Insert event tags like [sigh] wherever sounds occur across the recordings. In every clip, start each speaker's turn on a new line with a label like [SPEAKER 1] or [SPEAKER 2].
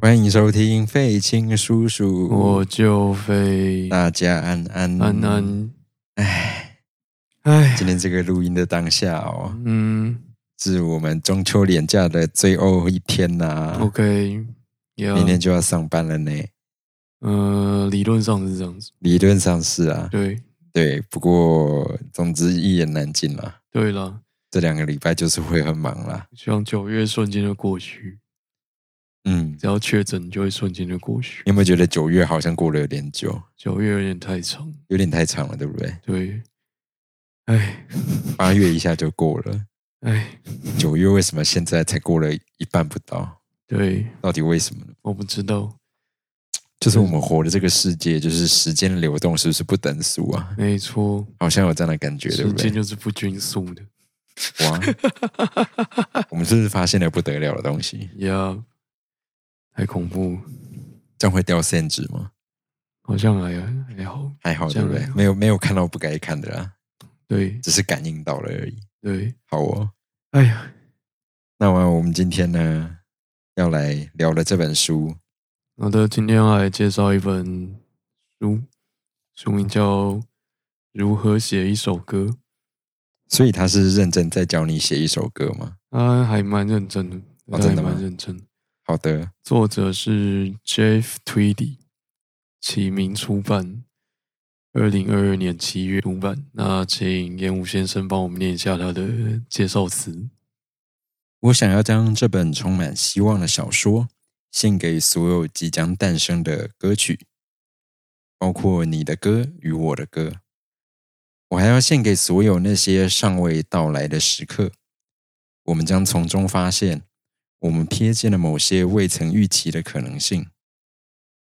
[SPEAKER 1] 欢迎收听费青叔叔，
[SPEAKER 2] 我就飞
[SPEAKER 1] 大家安安
[SPEAKER 2] 安。
[SPEAKER 1] 嗯
[SPEAKER 2] 安，
[SPEAKER 1] 哎，
[SPEAKER 2] 哎，
[SPEAKER 1] 今天这个录音的当下哦，
[SPEAKER 2] 嗯
[SPEAKER 1] 是我们中秋连假的最后一天呐、
[SPEAKER 2] ，OK，也
[SPEAKER 1] 嗯
[SPEAKER 2] 啊
[SPEAKER 1] 明天就要上班了呢。
[SPEAKER 2] 呃，理论上是这样子，
[SPEAKER 1] 理论上是啊，
[SPEAKER 2] 对
[SPEAKER 1] 对，不过总之一言难尽啦。
[SPEAKER 2] 对啦，
[SPEAKER 1] 这两个礼拜就是会很忙啦。
[SPEAKER 2] 像九月瞬间就过去，
[SPEAKER 1] 嗯，
[SPEAKER 2] 只要确诊就会瞬间就过去，
[SPEAKER 1] 你有没有觉得九月好像过了有点久，
[SPEAKER 2] 九月有点太长，
[SPEAKER 1] 有点太长了，对不对？
[SPEAKER 2] 对，哎
[SPEAKER 1] 八月一下就过了，
[SPEAKER 2] 哎，
[SPEAKER 1] 九月为什么现在才过了一半不到？
[SPEAKER 2] 对，
[SPEAKER 1] 到底为什么呢？
[SPEAKER 2] 我不知道，
[SPEAKER 1] 就是我们活的这个世界，就是时间流动是不是不等速
[SPEAKER 2] [laughs]
[SPEAKER 1] 啊？
[SPEAKER 2] 没错，
[SPEAKER 1] 好像有这样的感觉，对
[SPEAKER 2] 时
[SPEAKER 1] 不
[SPEAKER 2] 间
[SPEAKER 1] 对？
[SPEAKER 2] 就是不均速的，
[SPEAKER 1] 哇，
[SPEAKER 2] [laughs]
[SPEAKER 1] 我们是不是发现了不得了的东西？
[SPEAKER 2] 呀，太恐怖了，
[SPEAKER 1] 这样会掉线值吗？
[SPEAKER 2] 好像还还好，
[SPEAKER 1] 还好，
[SPEAKER 2] 这
[SPEAKER 1] 对
[SPEAKER 2] 样
[SPEAKER 1] 不对
[SPEAKER 2] 还？好
[SPEAKER 1] 没有没有看到不该看的啦，
[SPEAKER 2] 对
[SPEAKER 1] 只是感应到了而已。
[SPEAKER 2] 对，
[SPEAKER 1] 好哦，
[SPEAKER 2] 哎呀，
[SPEAKER 1] 那么我们今天呢要来聊的这本书，
[SPEAKER 2] 好的，今天要来介绍一本书，书名叫《如何写一首歌》，
[SPEAKER 1] 所以他是认真在教你写一首歌吗？
[SPEAKER 2] 他还蛮认真的，
[SPEAKER 1] 哦
[SPEAKER 2] 他还
[SPEAKER 1] 真的吗
[SPEAKER 2] 蛮认真的。
[SPEAKER 1] 好的，
[SPEAKER 2] 作者是 Jeff Tweedy，启明出版，二零二二年七月出版。那请烟雾先生帮我们念一下他的介绍词。
[SPEAKER 1] 我想要将这本充满希望的小说献给所有即将诞生的歌曲，包括你的歌与我的歌。我还要献给所有那些尚未到来的时刻，我们将从中发现，我们瞥见了某些未曾预期的可能性。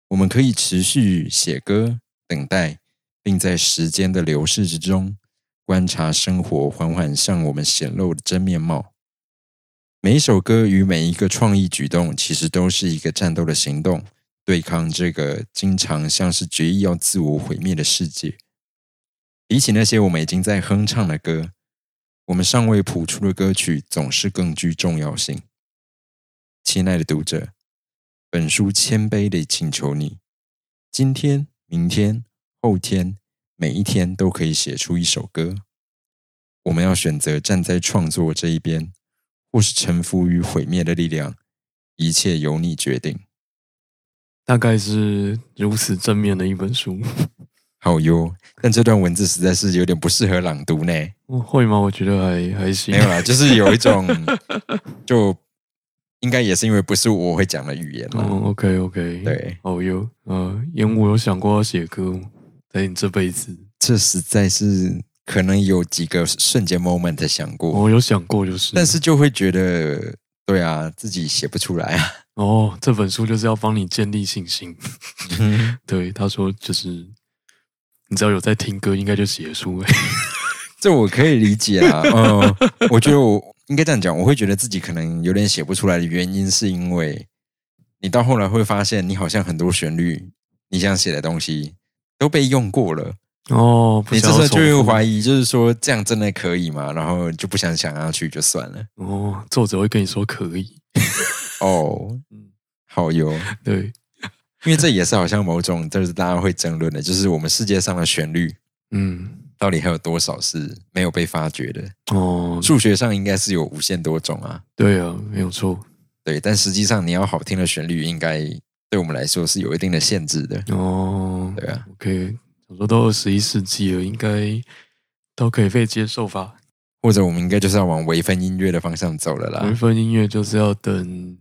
[SPEAKER 1] 我们可以持续写歌、等待，并在时间的流逝之中，观察生活缓缓向我们显露的真面貌。每一首歌与每一个创意举动，其实都是一个战斗的行动，对抗这个经常像是决意要自我毁灭的世界。比起那些我们已经在哼唱的歌，我们尚未谱出的歌曲总是更具重要性。亲爱的读者，本书谦卑地请求你，今天、明天、后天，每一天都可以写出一首歌。我们要选择站在创作这一边，或是臣服于毁灭的力量，一切由你决定。
[SPEAKER 2] 大概是如此正面的一本书， [laughs]
[SPEAKER 1] 好哟，但这段文字实在是有点不适合朗读呢。
[SPEAKER 2] 我哦会吗？我觉得还还行
[SPEAKER 1] 没。有啦，就是有一种，就应该也是因为不是我会讲的语言啦。
[SPEAKER 2] 嗯，OK OK，
[SPEAKER 1] 对，
[SPEAKER 2] 哦有，呃，烟雾有想过要写歌吗？在你这辈子，
[SPEAKER 1] 这实在是可能有几个瞬间 moment 想过，
[SPEAKER 2] 我有想过哦就是，
[SPEAKER 1] 但是就会觉得，对啊，自己写不出来啊。
[SPEAKER 2] 哦，这本书就是要帮你建立信心。 [laughs] 对，他说就是，你只要有在听歌，应该就写书、欸。
[SPEAKER 1] 这我可以理解啊， [laughs] 嗯，我觉得我应该这样讲，我会觉得自己可能有点写不出来的原因，是因为你到后来会发现，你好像很多旋律，你想写的东西都被用过了，
[SPEAKER 2] [laughs] 哦，不
[SPEAKER 1] 你这
[SPEAKER 2] 想
[SPEAKER 1] 时候
[SPEAKER 2] 要
[SPEAKER 1] 就会
[SPEAKER 2] 重复
[SPEAKER 1] 怀疑，就是说这样真的可以吗？然后就不想想下去，就算了。
[SPEAKER 2] 哦，作者会跟你说可以。
[SPEAKER 1] 哦
[SPEAKER 2] 嗯，
[SPEAKER 1] 好哟，
[SPEAKER 2] 对，
[SPEAKER 1] 因为这也是好像某种就是大家会争论的，就是我们世界上的旋律
[SPEAKER 2] 嗯，
[SPEAKER 1] 到底还有多少是没有被发掘的？
[SPEAKER 2] 哦，
[SPEAKER 1] 数学上应该是有无限多种啊。
[SPEAKER 2] 对啊，没有错。
[SPEAKER 1] 对，但实际上你要好听的旋律，应该对我们来说是有一定的限制的。
[SPEAKER 2] 哦，
[SPEAKER 1] 对啊，
[SPEAKER 2] ，OK，我说都二十一世纪了，应该都可以被接受吧？
[SPEAKER 1] 或者我们应该就是要往微分音乐的方向走了
[SPEAKER 2] 微
[SPEAKER 1] 啦。
[SPEAKER 2] 分音乐就是要等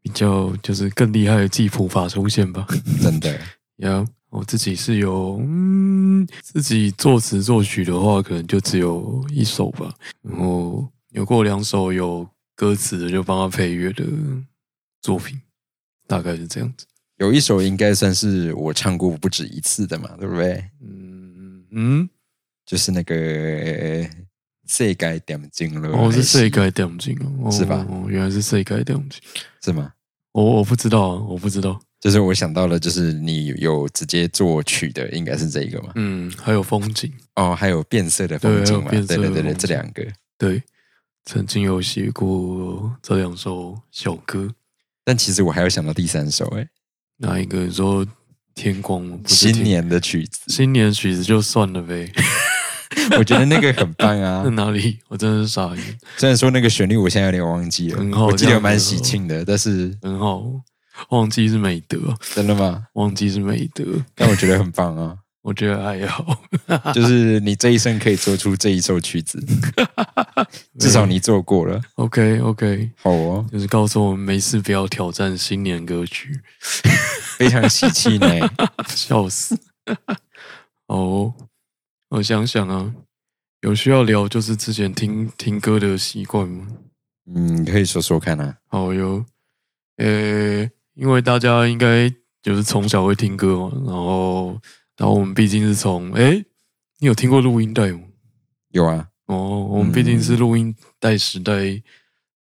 [SPEAKER 2] 比较就是更厉害的记谱法出
[SPEAKER 1] [laughs]
[SPEAKER 2] 现吧。
[SPEAKER 1] 真的，
[SPEAKER 2] 呀、我自己是有，嗯，自己作词作曲的话，可能就只有一首吧。然后有过两首有歌词的，就帮他配乐的作品，大概是这样子。
[SPEAKER 1] 有一首应该算是我唱过不止一次的嘛，对不对？
[SPEAKER 2] 嗯嗯，
[SPEAKER 1] 就是那个《世界点睛了》，
[SPEAKER 2] 哦，是世界点睛哦，
[SPEAKER 1] 哎是吧
[SPEAKER 2] 哦，原来是世界点睛，
[SPEAKER 1] 是吗？
[SPEAKER 2] 我、哦、我不知道啊，我不知道。
[SPEAKER 1] 就是我想到了，就是你有直接作曲的，应该是这个嘛？
[SPEAKER 2] 嗯，还有风景，
[SPEAKER 1] 哦，还有变色的风景嘛？
[SPEAKER 2] 对还
[SPEAKER 1] 对
[SPEAKER 2] 有变色的
[SPEAKER 1] 对对对，
[SPEAKER 2] 风景
[SPEAKER 1] 这两个。
[SPEAKER 2] 对，曾经有写过这两首小歌。
[SPEAKER 1] 但其实我还有想到第三首、欸，哎，
[SPEAKER 2] 哪一个？你说天光吗？不是
[SPEAKER 1] 新
[SPEAKER 2] 天
[SPEAKER 1] 年的曲子，
[SPEAKER 2] 新年曲子就算了呗，
[SPEAKER 1] 我觉得那个很棒
[SPEAKER 2] [laughs]
[SPEAKER 1] 啊
[SPEAKER 2] 那。哪里？我真的是傻眼。
[SPEAKER 1] 虽然说那个旋律我现在有点忘记了
[SPEAKER 2] 很，好
[SPEAKER 1] 我记得
[SPEAKER 2] 嗯哦这样
[SPEAKER 1] 蛮
[SPEAKER 2] 很
[SPEAKER 1] 喜
[SPEAKER 2] 好
[SPEAKER 1] 庆的，但是
[SPEAKER 2] 很好，忘记是美德，
[SPEAKER 1] 真的吗？
[SPEAKER 2] 忘记是美德，
[SPEAKER 1] 但我觉得很棒
[SPEAKER 2] [laughs]
[SPEAKER 1] 啊，
[SPEAKER 2] 我觉得还好，
[SPEAKER 1] 就是你这一生可以做出这一首曲
[SPEAKER 2] [laughs]
[SPEAKER 1] 子，至少你做过了，
[SPEAKER 2] OK OK，
[SPEAKER 1] 好哦，
[SPEAKER 2] 就是告诉我们没事不要挑战新年歌曲，
[SPEAKER 1] 非常喜庆
[SPEAKER 2] [laughs]
[SPEAKER 1] 呢。
[SPEAKER 2] 笑死。哦，我想想啊，有需要聊就是之前听听歌的习惯吗？
[SPEAKER 1] 嗯，可以说说看啊。
[SPEAKER 2] 好哦有，呃，因为大家应该就是从小会听歌嘛，然后，然后我们毕竟是从，诶，你有听过录音带吗？
[SPEAKER 1] 有啊，
[SPEAKER 2] 哦，我们毕竟
[SPEAKER 1] 嗯
[SPEAKER 2] 是录音带时代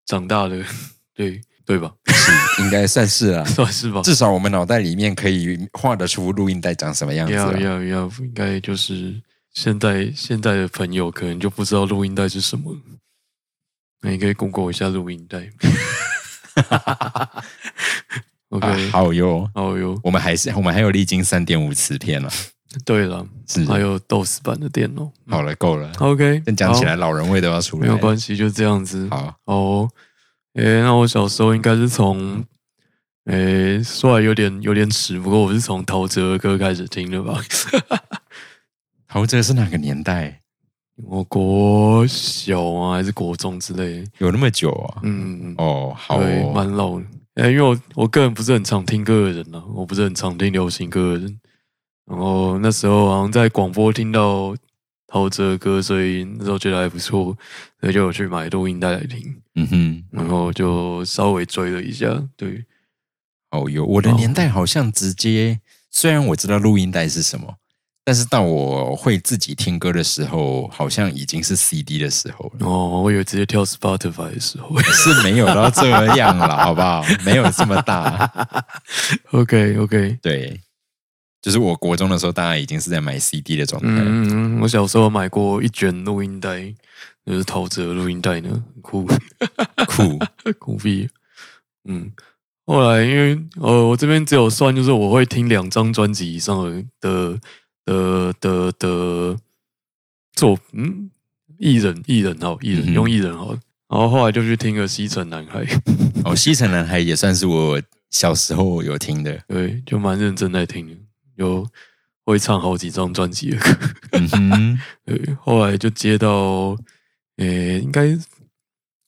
[SPEAKER 2] 长大的， [laughs] 对对吧？ [laughs]
[SPEAKER 1] 是应该算是啦、
[SPEAKER 2] 算是吧。
[SPEAKER 1] 至少我们脑袋里面可以画得出录音带长什么样子、
[SPEAKER 2] 要
[SPEAKER 1] 啊。
[SPEAKER 2] 要要，应该就是现在现在的朋友可能就不知道录音带是什么，那你可以 Google 一下录
[SPEAKER 1] [laughs]
[SPEAKER 2] 音带。OK，、
[SPEAKER 1] 啊，好哟，
[SPEAKER 2] 哦哟，
[SPEAKER 1] 我们还是我们还有历经三点五磁片了、
[SPEAKER 2] 对了，
[SPEAKER 1] 是
[SPEAKER 2] 还有 DOS 版的电脑。
[SPEAKER 1] 好了，够了。
[SPEAKER 2] OK，
[SPEAKER 1] 但讲起来，
[SPEAKER 2] 好
[SPEAKER 1] 老人味都要出来了。
[SPEAKER 2] 没有关系，就这样子。
[SPEAKER 1] 好，
[SPEAKER 2] 哦，诶，那我小时候应该是从，诶，说来有点有点迟，不过我是从陶喆的歌开始听
[SPEAKER 1] [laughs]
[SPEAKER 2] 的吧。
[SPEAKER 1] 陶喆是哪个年代？
[SPEAKER 2] 我国小啊，还是国中之类的，
[SPEAKER 1] 有那么久啊？
[SPEAKER 2] 嗯，
[SPEAKER 1] 哦，好
[SPEAKER 2] 对，
[SPEAKER 1] 哦，
[SPEAKER 2] 蛮老的。诶，因为我我个人不是很常听歌的人啦、我不是很常听流行歌的人。然后那时候好像在广播听到陶喆的歌，所以那时候觉得还不错，所以就有去买录音带来听，
[SPEAKER 1] 嗯哼，
[SPEAKER 2] 然后就稍微追了一下，对。
[SPEAKER 1] 好哟。我的
[SPEAKER 2] 哦
[SPEAKER 1] 年代好像直接，虽然我知道录音带是什么，但是到我会自己听歌的时候，好像已经是 CD 的时候了，
[SPEAKER 2] 哦，我以为直接跳 Spotify 的时候。
[SPEAKER 1] 是没有到这样了，
[SPEAKER 2] [laughs]
[SPEAKER 1] 好不好？没有这么大。
[SPEAKER 2] OK OK，
[SPEAKER 1] 对，就是我国中的时候，大家已经是在买 CD 的状态。
[SPEAKER 2] 嗯嗯嗯，我小时候买过一卷录音带，就是陶喆的录音带呢，很酷
[SPEAKER 1] 酷，
[SPEAKER 2] 酷毙。哎嗯，后来因为呃，我这边只有算，就是我会听两张专辑以上的的的的的作嗯艺人艺人好艺
[SPEAKER 1] 嗯
[SPEAKER 2] 人、
[SPEAKER 1] 哼
[SPEAKER 2] 用艺人好了，然后后来就去听了《西城男孩》， [laughs]
[SPEAKER 1] 哦，西城男孩也算是我小时候有听的。
[SPEAKER 2] 对，就蛮认真在听的，有会唱好几张专辑的歌。
[SPEAKER 1] 嗯哼，
[SPEAKER 2] 对，后来就接到，诶、应该，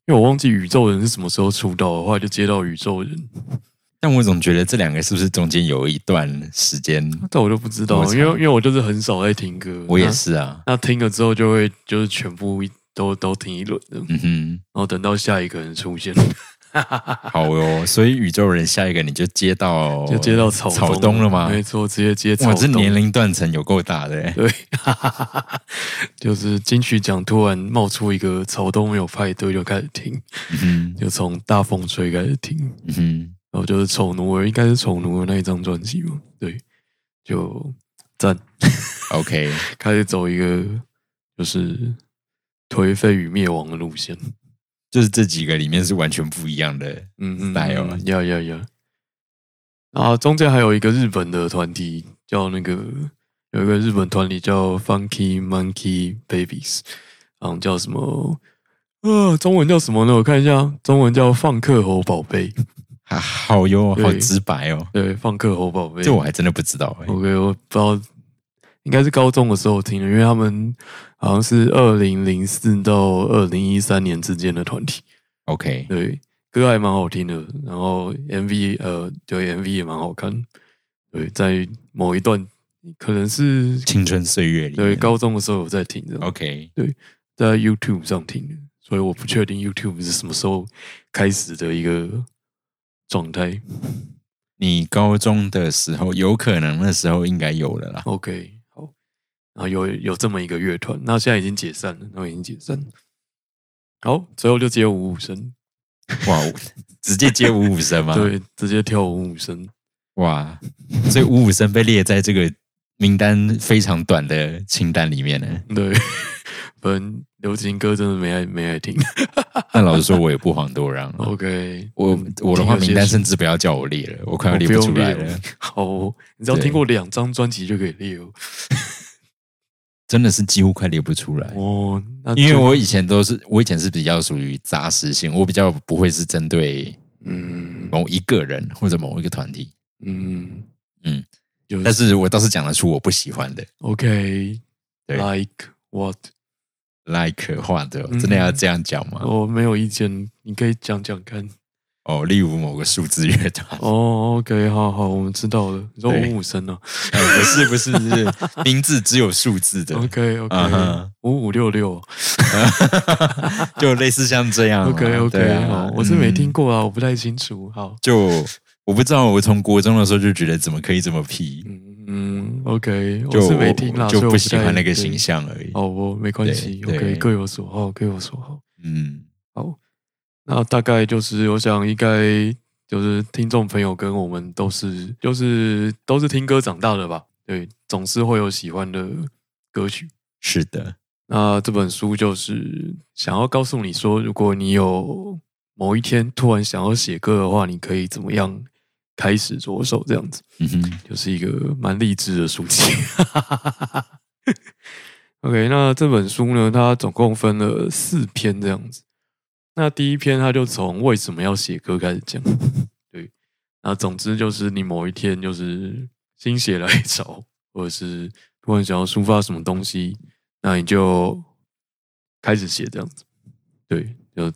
[SPEAKER 2] 因为我忘记宇宙人是什么时候出道的，后来就接到宇宙人，
[SPEAKER 1] 但我总觉得这两个是不是中间有一段时间？
[SPEAKER 2] 但我就不知道
[SPEAKER 1] 我，操
[SPEAKER 2] 因为因为我就是很少在听歌，
[SPEAKER 1] 我也是啊。
[SPEAKER 2] 那，那听了之后就会就是全部一都都听一轮的，然
[SPEAKER 1] 嗯哼。
[SPEAKER 2] 后等到下一个人出现，
[SPEAKER 1] 好哟、所以宇宙人下一个你就接到
[SPEAKER 2] 就接到
[SPEAKER 1] 哦
[SPEAKER 2] 草
[SPEAKER 1] 草东了吗？
[SPEAKER 2] 没错，直接接草
[SPEAKER 1] 哇，这
[SPEAKER 2] 东。
[SPEAKER 1] 年龄断层有够大的、欸，
[SPEAKER 2] 对， [laughs] 就是金曲奖突然冒出一个草东没有派对，就开始听，
[SPEAKER 1] 嗯哼
[SPEAKER 2] 就从大风吹开始听，
[SPEAKER 1] 嗯哼，
[SPEAKER 2] 然后就是丑奴儿，应该是丑奴儿那一张专辑嘛，对，就赞，
[SPEAKER 1] ，OK，
[SPEAKER 2] 开始走一个就是颓废与灭亡的路线，
[SPEAKER 1] 就是这几个里面是完全不一样的，
[SPEAKER 2] 嗯嗯，
[SPEAKER 1] Style 啊
[SPEAKER 2] 要要要，啊，中间还有一个日本的团体叫那个有一个日本团体叫 Funky Monkey Babies，然后叫什么？啊，中文叫什么呢？我看一下，中文叫放克猴宝贝，
[SPEAKER 1] 啊、好哟、
[SPEAKER 2] 对
[SPEAKER 1] 好直白哦，
[SPEAKER 2] 对，放克猴宝贝，
[SPEAKER 1] 这我还真的不知道、欸，
[SPEAKER 2] OK，我不知道，应该是高中的时候听的，因为他们好像是二零零四到二零一三年之间的团体，
[SPEAKER 1] OK，
[SPEAKER 2] 对，歌还蛮好听的，然后 MV 呃，对 MV 也蛮好看，对，在某一段可能是
[SPEAKER 1] 青春岁月里面，
[SPEAKER 2] 对高中的时候有在听的，
[SPEAKER 1] OK，
[SPEAKER 2] 在 YouTube 上听的，所以我不确定 YouTube 是什么时候开始的一个状态。
[SPEAKER 1] 你高中的时候有可能那时候应该有了啦，
[SPEAKER 2] 哦 OK，好，然后有有这么一个乐团，那现在已经解散了，他们已经解散了。好，最后就接五五声，
[SPEAKER 1] 哇，直接接五五声吗？，
[SPEAKER 2] 对，直接跳五五声，
[SPEAKER 1] 哇，所以五五
[SPEAKER 2] [laughs]
[SPEAKER 1] 声被列在这个名单非常短的清单里面呢、
[SPEAKER 2] 对，本流行歌真的没爱没爱听。
[SPEAKER 1] 但老实说，我也不遑多
[SPEAKER 2] [laughs] 哦
[SPEAKER 1] 让了。
[SPEAKER 2] OK，
[SPEAKER 1] 我
[SPEAKER 2] 嗯
[SPEAKER 1] 我的
[SPEAKER 2] 听
[SPEAKER 1] 话，
[SPEAKER 2] 有些
[SPEAKER 1] 名单
[SPEAKER 2] 是
[SPEAKER 1] 甚至不要叫我列了，我快要
[SPEAKER 2] 我
[SPEAKER 1] 列
[SPEAKER 2] 哦不
[SPEAKER 1] 出
[SPEAKER 2] 用
[SPEAKER 1] 来
[SPEAKER 2] 列
[SPEAKER 1] 了
[SPEAKER 2] 了。。 [laughs] 好哦、你只要
[SPEAKER 1] 对
[SPEAKER 2] 听过两张专辑就可以列哦。
[SPEAKER 1] 真的是几乎快列不出来。
[SPEAKER 2] 哦，那
[SPEAKER 1] 因为
[SPEAKER 2] 就
[SPEAKER 1] 我以前都是，我以前是比较属于杂食性，我比较不会是针对
[SPEAKER 2] 嗯
[SPEAKER 1] 某一个人或者某一个团体，
[SPEAKER 2] 嗯
[SPEAKER 1] 嗯，
[SPEAKER 2] 就
[SPEAKER 1] 但是我倒是讲得出我不喜欢的对
[SPEAKER 2] OK，like what？
[SPEAKER 1] ，like 话的哦，
[SPEAKER 2] 嗯哦
[SPEAKER 1] 真的要这样讲吗？
[SPEAKER 2] 我没有意见，你可以讲讲看。
[SPEAKER 1] 哦，例如某个数字乐团，
[SPEAKER 2] 哦，OK，好好，我们知道了。你说
[SPEAKER 1] 对
[SPEAKER 2] 五五哦声呢
[SPEAKER 1] 哎不是不是，不是 [laughs] 名字只有数字的，
[SPEAKER 2] ？OK
[SPEAKER 1] 嗯
[SPEAKER 2] OK，
[SPEAKER 1] 哼
[SPEAKER 2] 五五六六。哦
[SPEAKER 1] 就类似像这样嘛。
[SPEAKER 2] OK
[SPEAKER 1] 对
[SPEAKER 2] OK，
[SPEAKER 1] 啊
[SPEAKER 2] 好，我是没听
[SPEAKER 1] 嗯
[SPEAKER 2] 过啊，我不太清楚。好，
[SPEAKER 1] 就我不知道，我从国中的时候就觉得怎么可以这么屁，
[SPEAKER 2] 嗯嗯，OK，我
[SPEAKER 1] 就是
[SPEAKER 2] 没听啦，
[SPEAKER 1] 就
[SPEAKER 2] 所以我
[SPEAKER 1] 不喜欢那个
[SPEAKER 2] 形
[SPEAKER 1] 形
[SPEAKER 2] 象。
[SPEAKER 1] 象而已。
[SPEAKER 2] 哦，我没关系
[SPEAKER 1] 对对
[SPEAKER 2] ，OK，各有所好，各有所好。
[SPEAKER 1] 嗯，
[SPEAKER 2] 好，那大概就是我想应该就是听众朋友跟我们都是就是都是听歌长大的吧，对，总是会有喜欢的歌曲。
[SPEAKER 1] 是的，
[SPEAKER 2] 那这本书就是想要告诉你说，如果你有某一天突然想要写歌的话，你可以怎么样开始着手，这样子。
[SPEAKER 1] 嗯哼，
[SPEAKER 2] 就是一个蛮励志的书籍。OK，那这本书呢，它总共分了四篇这样子。那第一篇它就从为什么要写歌开始讲， [laughs] 对。那总之就是你某一天就是心血来潮，或者是突然想要抒发什么东西，那你就开始写这样子。对，就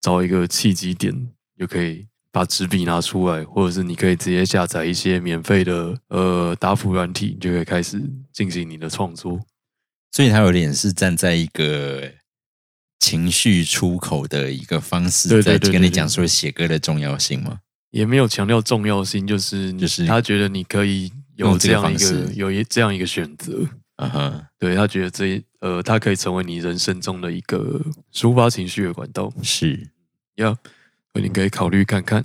[SPEAKER 2] 找一个契机点，就可以把纸笔拿出来，或者是你可以直接下载一些免费的呃打谱软体，你就可以开始进行你的创作。
[SPEAKER 1] 所以他有点是站在一个情绪出口的一个方式，
[SPEAKER 2] 对
[SPEAKER 1] 在
[SPEAKER 2] 对对
[SPEAKER 1] 跟你
[SPEAKER 2] 对对
[SPEAKER 1] 讲说写歌的重要性嘛。
[SPEAKER 2] 也没有强调重要性，就是
[SPEAKER 1] 就是
[SPEAKER 2] 他觉得你可以有
[SPEAKER 1] 用这
[SPEAKER 2] 这
[SPEAKER 1] 个
[SPEAKER 2] 样一
[SPEAKER 1] 方
[SPEAKER 2] 个
[SPEAKER 1] 式
[SPEAKER 2] 有一这样一个选择，
[SPEAKER 1] 嗯哼，
[SPEAKER 2] 对他觉得这一呃，它可以成为你人生中的一个抒发情绪的管道。
[SPEAKER 1] 是，
[SPEAKER 2] 呀，所以你可以考虑看看。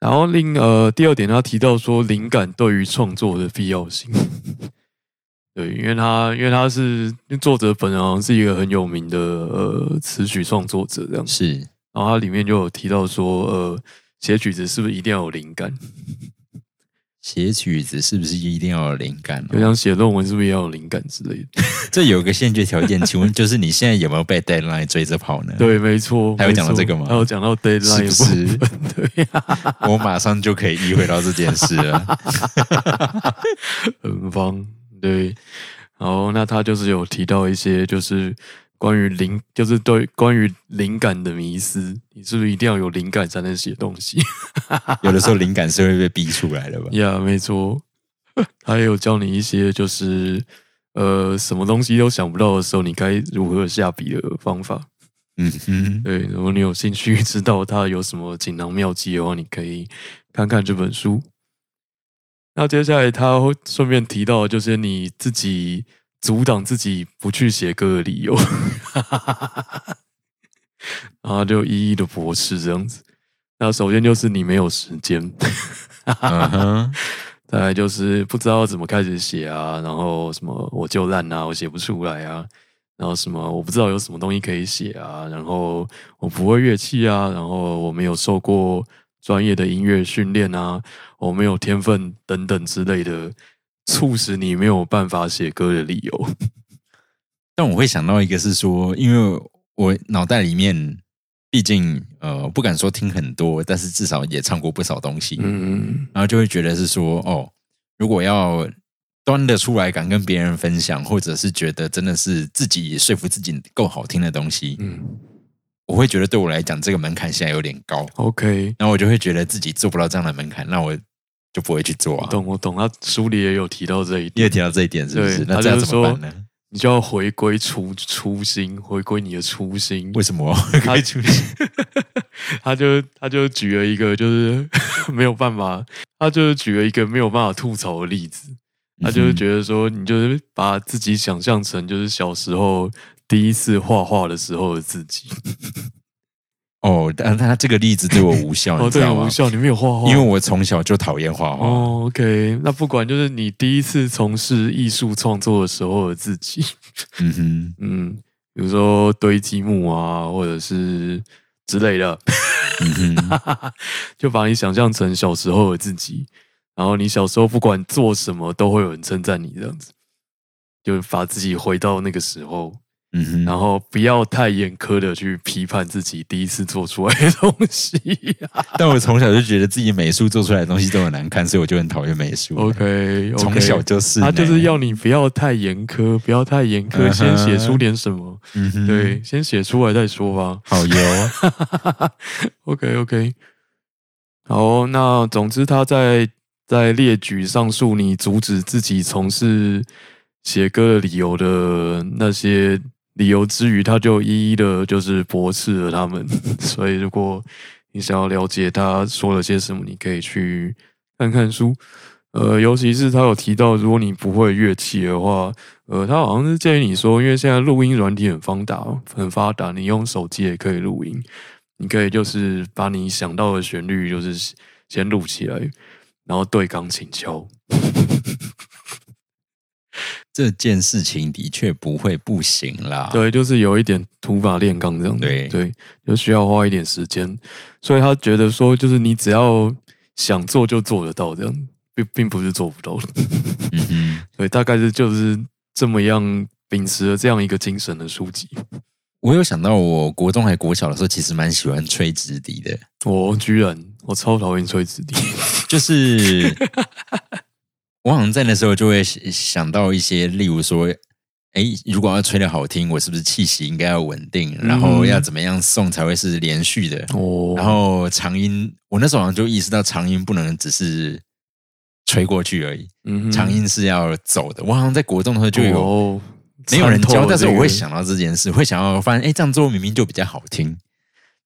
[SPEAKER 2] 然后另呃第二点，他提到说灵感对于创作的必要性。 [laughs] 对，因为他因为他是因为作者本人好像是一个很有名的呃词曲创作者这样，
[SPEAKER 1] 是，
[SPEAKER 2] 然后他里面就有提到说呃写曲子是不是一定要有灵感，
[SPEAKER 1] 写曲子是不是一定要有灵感哦、
[SPEAKER 2] 就像写论文是不是也要有灵感之类的。
[SPEAKER 1] 这有个限决条件，请问就是你现在有没有被 deadline 追着跑呢？，
[SPEAKER 2] 对，没错，
[SPEAKER 1] 还有
[SPEAKER 2] 没
[SPEAKER 1] 讲到
[SPEAKER 2] 错
[SPEAKER 1] 这个吗
[SPEAKER 2] 还有讲到 deadline 的
[SPEAKER 1] 是不是
[SPEAKER 2] 部分，对呀、
[SPEAKER 1] 我马上就可以意会到这件事了。
[SPEAKER 2] 很方，对。然后那他就是有提到一些就是关于灵，就是对关于灵感的迷思，你是不是一定要有灵感才能写东西？ [laughs]
[SPEAKER 1] 有的时候灵感是会被逼出来的吧？
[SPEAKER 2] 呀没错。他也有教你一些就是呃什么东西都想不到的时候，你该如何下笔的方法。
[SPEAKER 1] 嗯哼，
[SPEAKER 2] 对，如果你有兴趣知道他有什么锦囊妙计的话，你可以看看这本书。那接下来他会顺便提到，就是你自己阻挡自己不去写歌的理由， [laughs] 然后就一一的驳斥这样子。那首先就是你没有时间，
[SPEAKER 1] 嗯哼，
[SPEAKER 2] 再来就是不知道怎么开始写啊，然后什么我就烂啊，我写不出来啊，然后什么我不知道有什么东西可以写啊，然后我不会乐器啊，然后我没有受过专业的音乐训练啊，我没有天分等等之类的，促使你没有办法写歌的理由。
[SPEAKER 1] 但我会想到一个是说，因为我脑袋里面，毕竟呃不敢说听很多，但是至少也唱过不少东西，
[SPEAKER 2] 嗯
[SPEAKER 1] 然后就会觉得是说，哦，如果要端得出来，敢跟别人分享，或者是觉得真的是自己说服自己够好听的东西，
[SPEAKER 2] 嗯
[SPEAKER 1] 我会觉得对我来讲这个门槛现在有点高，
[SPEAKER 2] ，OK，
[SPEAKER 1] 然后我就会觉得自己做不到这样的门槛，那我就不会去做
[SPEAKER 2] 我
[SPEAKER 1] 啊。
[SPEAKER 2] 懂我懂，他书里也有提到这一
[SPEAKER 1] 你有
[SPEAKER 2] 点。
[SPEAKER 1] 提到这一点是不是？
[SPEAKER 2] 对
[SPEAKER 1] 那
[SPEAKER 2] 他
[SPEAKER 1] 这样
[SPEAKER 2] 就是
[SPEAKER 1] 怎么办
[SPEAKER 2] 说
[SPEAKER 1] 呢？
[SPEAKER 2] 你就要回归初初心，回归你的初心。
[SPEAKER 1] 为什么我
[SPEAKER 2] 他
[SPEAKER 1] 会出现？
[SPEAKER 2] [laughs] 他就他就举了一个就是 [laughs] 没有办法，他就是举了一个没有办法吐槽的例子。他
[SPEAKER 1] 嗯
[SPEAKER 2] 就是觉得说，你就是把自己想象成就是小时候第一次画画的时候的自己。
[SPEAKER 1] 哦，但但他这个例子对我无效，
[SPEAKER 2] [laughs] 哦，
[SPEAKER 1] 你知
[SPEAKER 2] 对，
[SPEAKER 1] 道吗
[SPEAKER 2] 无？效，你没有画画，
[SPEAKER 1] 因为我从小就讨厌画画，
[SPEAKER 2] 哦，OK，那不管就是你第一次从事艺术创作的时候的自己，
[SPEAKER 1] 嗯哼，
[SPEAKER 2] 嗯，比如说堆积木啊，或者是之类的，
[SPEAKER 1] 嗯哼，
[SPEAKER 2] [laughs] 就把你想象成小时候的自己，然后你小时候不管做什么都会有人称赞你这样子，就把自己回到那个时候，
[SPEAKER 1] 嗯哼，
[SPEAKER 2] 然后不要太严苛的去批判自己第一次做出来的东
[SPEAKER 1] [laughs]
[SPEAKER 2] 西、
[SPEAKER 1] 但我从小就觉得自己美术做出来的东西都很难看，所以我就很讨厌美术。
[SPEAKER 2] OK，
[SPEAKER 1] 从小就是呢，
[SPEAKER 2] 他啊就是要你不要太严苛，不要太严苛，
[SPEAKER 1] 嗯哼
[SPEAKER 2] 先写出点什么。
[SPEAKER 1] 嗯哼
[SPEAKER 2] 对，先写出来再说吧。
[SPEAKER 1] 好油，
[SPEAKER 2] OK OK，好哦、那总之他在在列举上述你阻止自己从事写歌的理由的那些理由之余，他就一一的就是驳斥了他们。 [laughs] 所以如果你想要了解他说了些什么，你可以去看看书。呃，尤其是他有提到，如果你不会乐器的话，呃，他好像是建议你说，因为现在录音软体很发达，很发达，你用手机也可以录音，你可以就是把你想到的旋律就是先录起来，然后对钢琴敲。
[SPEAKER 1] 这件事情的确不会不行啦。，
[SPEAKER 2] 对，就是有一点土法炼钢这样子。
[SPEAKER 1] 啊对
[SPEAKER 2] 对，就需要花一点时间，所以他觉得说，就是你只要想做就做得到这样，并并不是做不到的。 [laughs]
[SPEAKER 1] 嗯哼，
[SPEAKER 2] 对，大概是就是这么样秉持了这样一个精神的书籍。
[SPEAKER 1] 我有想到，我国中还国小的时候，其实蛮喜欢吹直笛的，
[SPEAKER 2] 我居然我超讨厌吹纸笛，
[SPEAKER 1] 就是
[SPEAKER 2] [laughs]
[SPEAKER 1] 我好像在那时候就会想想到一些，例如说。哎，如果要吹的好听，我是不是气息应该要稳定？
[SPEAKER 2] 嗯
[SPEAKER 1] 然后要怎么样送才会是连续的？
[SPEAKER 2] 哦，
[SPEAKER 1] 然后长音，我那时候好像就意识到长音不能只是吹过去而已，
[SPEAKER 2] 嗯哼
[SPEAKER 1] 长音是要走的。我好像在国中的时候就有、
[SPEAKER 2] 哦
[SPEAKER 1] 没有人
[SPEAKER 2] 参透
[SPEAKER 1] 教，
[SPEAKER 2] 了
[SPEAKER 1] 但是
[SPEAKER 2] 这
[SPEAKER 1] 我
[SPEAKER 2] 个
[SPEAKER 1] 会想到这件事，会想要发现，哎，这样做明明就比较好听。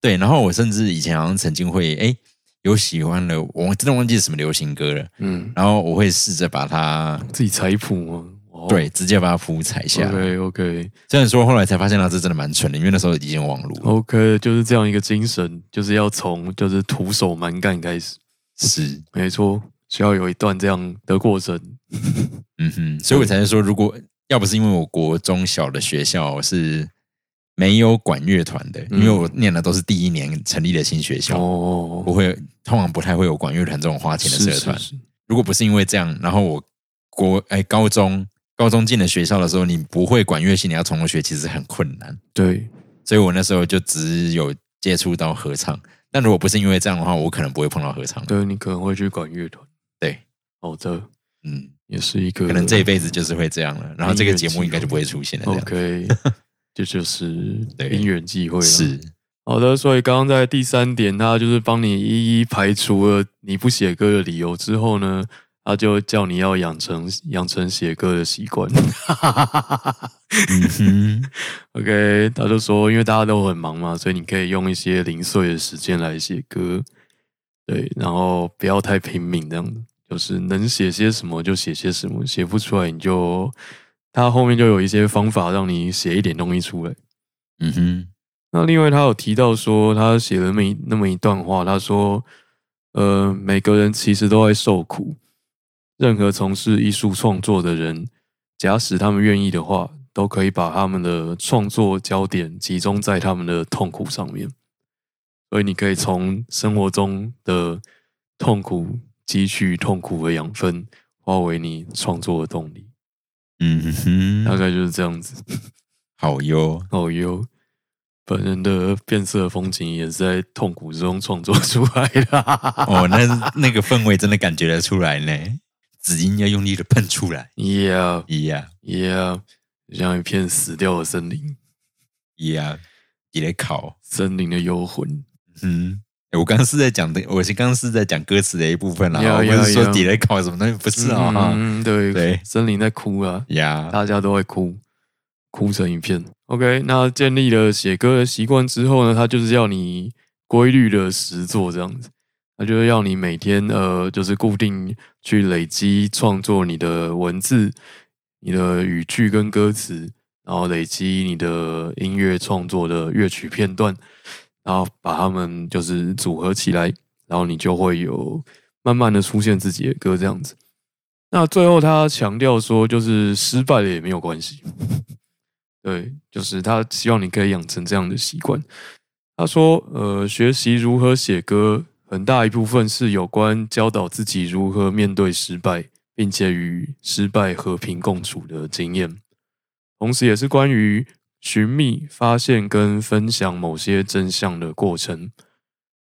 [SPEAKER 1] 对，然后我甚至以前好像曾经会，哎，有喜欢的，我真的忘记是什么流行歌了，
[SPEAKER 2] 嗯
[SPEAKER 1] 然后我会试着把它。
[SPEAKER 2] 自己采谱吗？哦、
[SPEAKER 1] 对，直接把它谱踩下来。
[SPEAKER 2] ，OK OK
[SPEAKER 1] 虽然说后来才发现到这真的蛮蠢的，因为那时候已经网
[SPEAKER 2] 哦
[SPEAKER 1] 络了
[SPEAKER 2] OK，就是这样一个精神，就是要从就是徒手蛮干开始。
[SPEAKER 1] 是，
[SPEAKER 2] 没错，需要有一段这样的过程。
[SPEAKER 1] 嗯哼，所以我才是说，如果要不是因为我国中小的学校是没有管乐团的，
[SPEAKER 2] 嗯
[SPEAKER 1] 因为我念的都是第一年成立的新学校，不
[SPEAKER 2] 哦，
[SPEAKER 1] 会通常不太会有管乐团这种花钱的社团。
[SPEAKER 2] 是是
[SPEAKER 1] 如果不是因为这样，然后我国哎高中高中进了学校的时候，你不会管乐器，你要从头学其实很困难，
[SPEAKER 2] 对，
[SPEAKER 1] 所以我那时候就只有接触到合唱。但如果不是因为这样的话，我可能不会碰到合唱。
[SPEAKER 2] 对你可能会去管乐团。
[SPEAKER 1] 对，
[SPEAKER 2] 好的，
[SPEAKER 1] 嗯，
[SPEAKER 2] 也是一个
[SPEAKER 1] 可能这一辈子就是会这样了。然后这个节目应该就不会出现了。这样 [laughs]
[SPEAKER 2] OK，这就是
[SPEAKER 1] 对
[SPEAKER 2] 因缘际会啦啊
[SPEAKER 1] 是。
[SPEAKER 2] 好的，所以刚刚在第三点，他就是帮你一一排除了你不写歌的理由之后呢，他就叫你要养成养成写歌的习惯。
[SPEAKER 1] 嗯哼，
[SPEAKER 2] OK，他就说，因为大家都很忙嘛，所以你可以用一些零碎的时间来写歌，对，然后不要太拼命，这样子，就是能写些什么就写些什么，写不出来你就，他后面就有一些方法让你写一点东西出来。
[SPEAKER 1] 嗯哼，
[SPEAKER 2] 那另外，他有提到说，他写了那么一那么一段话，他说：“呃，每个人其实都在受苦，任何从事艺术创作的人，假使他们愿意的话，都可以把他们的创作焦点集中在他们的痛苦上面。所以，你可以从生活中的痛苦汲取痛苦的养分，化为你创作的动力。
[SPEAKER 1] 嗯
[SPEAKER 2] 大
[SPEAKER 1] 哼，
[SPEAKER 2] 概就是这样子。
[SPEAKER 1] 好哟，
[SPEAKER 2] 哦哟，本人的变色风景也是在痛苦之中创作出来的。 [laughs]
[SPEAKER 1] 哦，那那个氛围真的感觉得出来呢，子音要用力的喷出来，
[SPEAKER 2] yeah
[SPEAKER 1] 一呀
[SPEAKER 2] yeah，就像一片死掉的森林，
[SPEAKER 1] 一呀，也得考，
[SPEAKER 2] 森林的幽魂。
[SPEAKER 1] 嗯。诶我刚刚是在讲的，我是刚刚是在讲歌词的一部分啦，
[SPEAKER 2] 呀
[SPEAKER 1] 我不是
[SPEAKER 2] 呀
[SPEAKER 1] 说
[SPEAKER 2] 呀
[SPEAKER 1] 底雷考什么东西，不是啊、哈
[SPEAKER 2] 嗯，对
[SPEAKER 1] 对
[SPEAKER 2] 森林在哭啊，
[SPEAKER 1] 呀，
[SPEAKER 2] 大家都会哭，哭成一片。OK，那建立了写歌的习惯之后呢，他就是要你规律的实做这样子，他就是要你每天呃，就是固定去累积创作你的文字、你的语句跟歌词，然后累积你的音乐创作的乐曲片段，然后把它们就是组合起来，然后你就会有慢慢的出现自己的歌这样子。那最后他强调说，就是失败了也没有关系，对，就是他希望你可以养成这样的习惯。他说，呃，学习如何写歌，很大一部分是有关教导自己如何面对失败，并且与失败和平共处的经验，同时也是关于寻觅、发现跟分享某些真相的过程。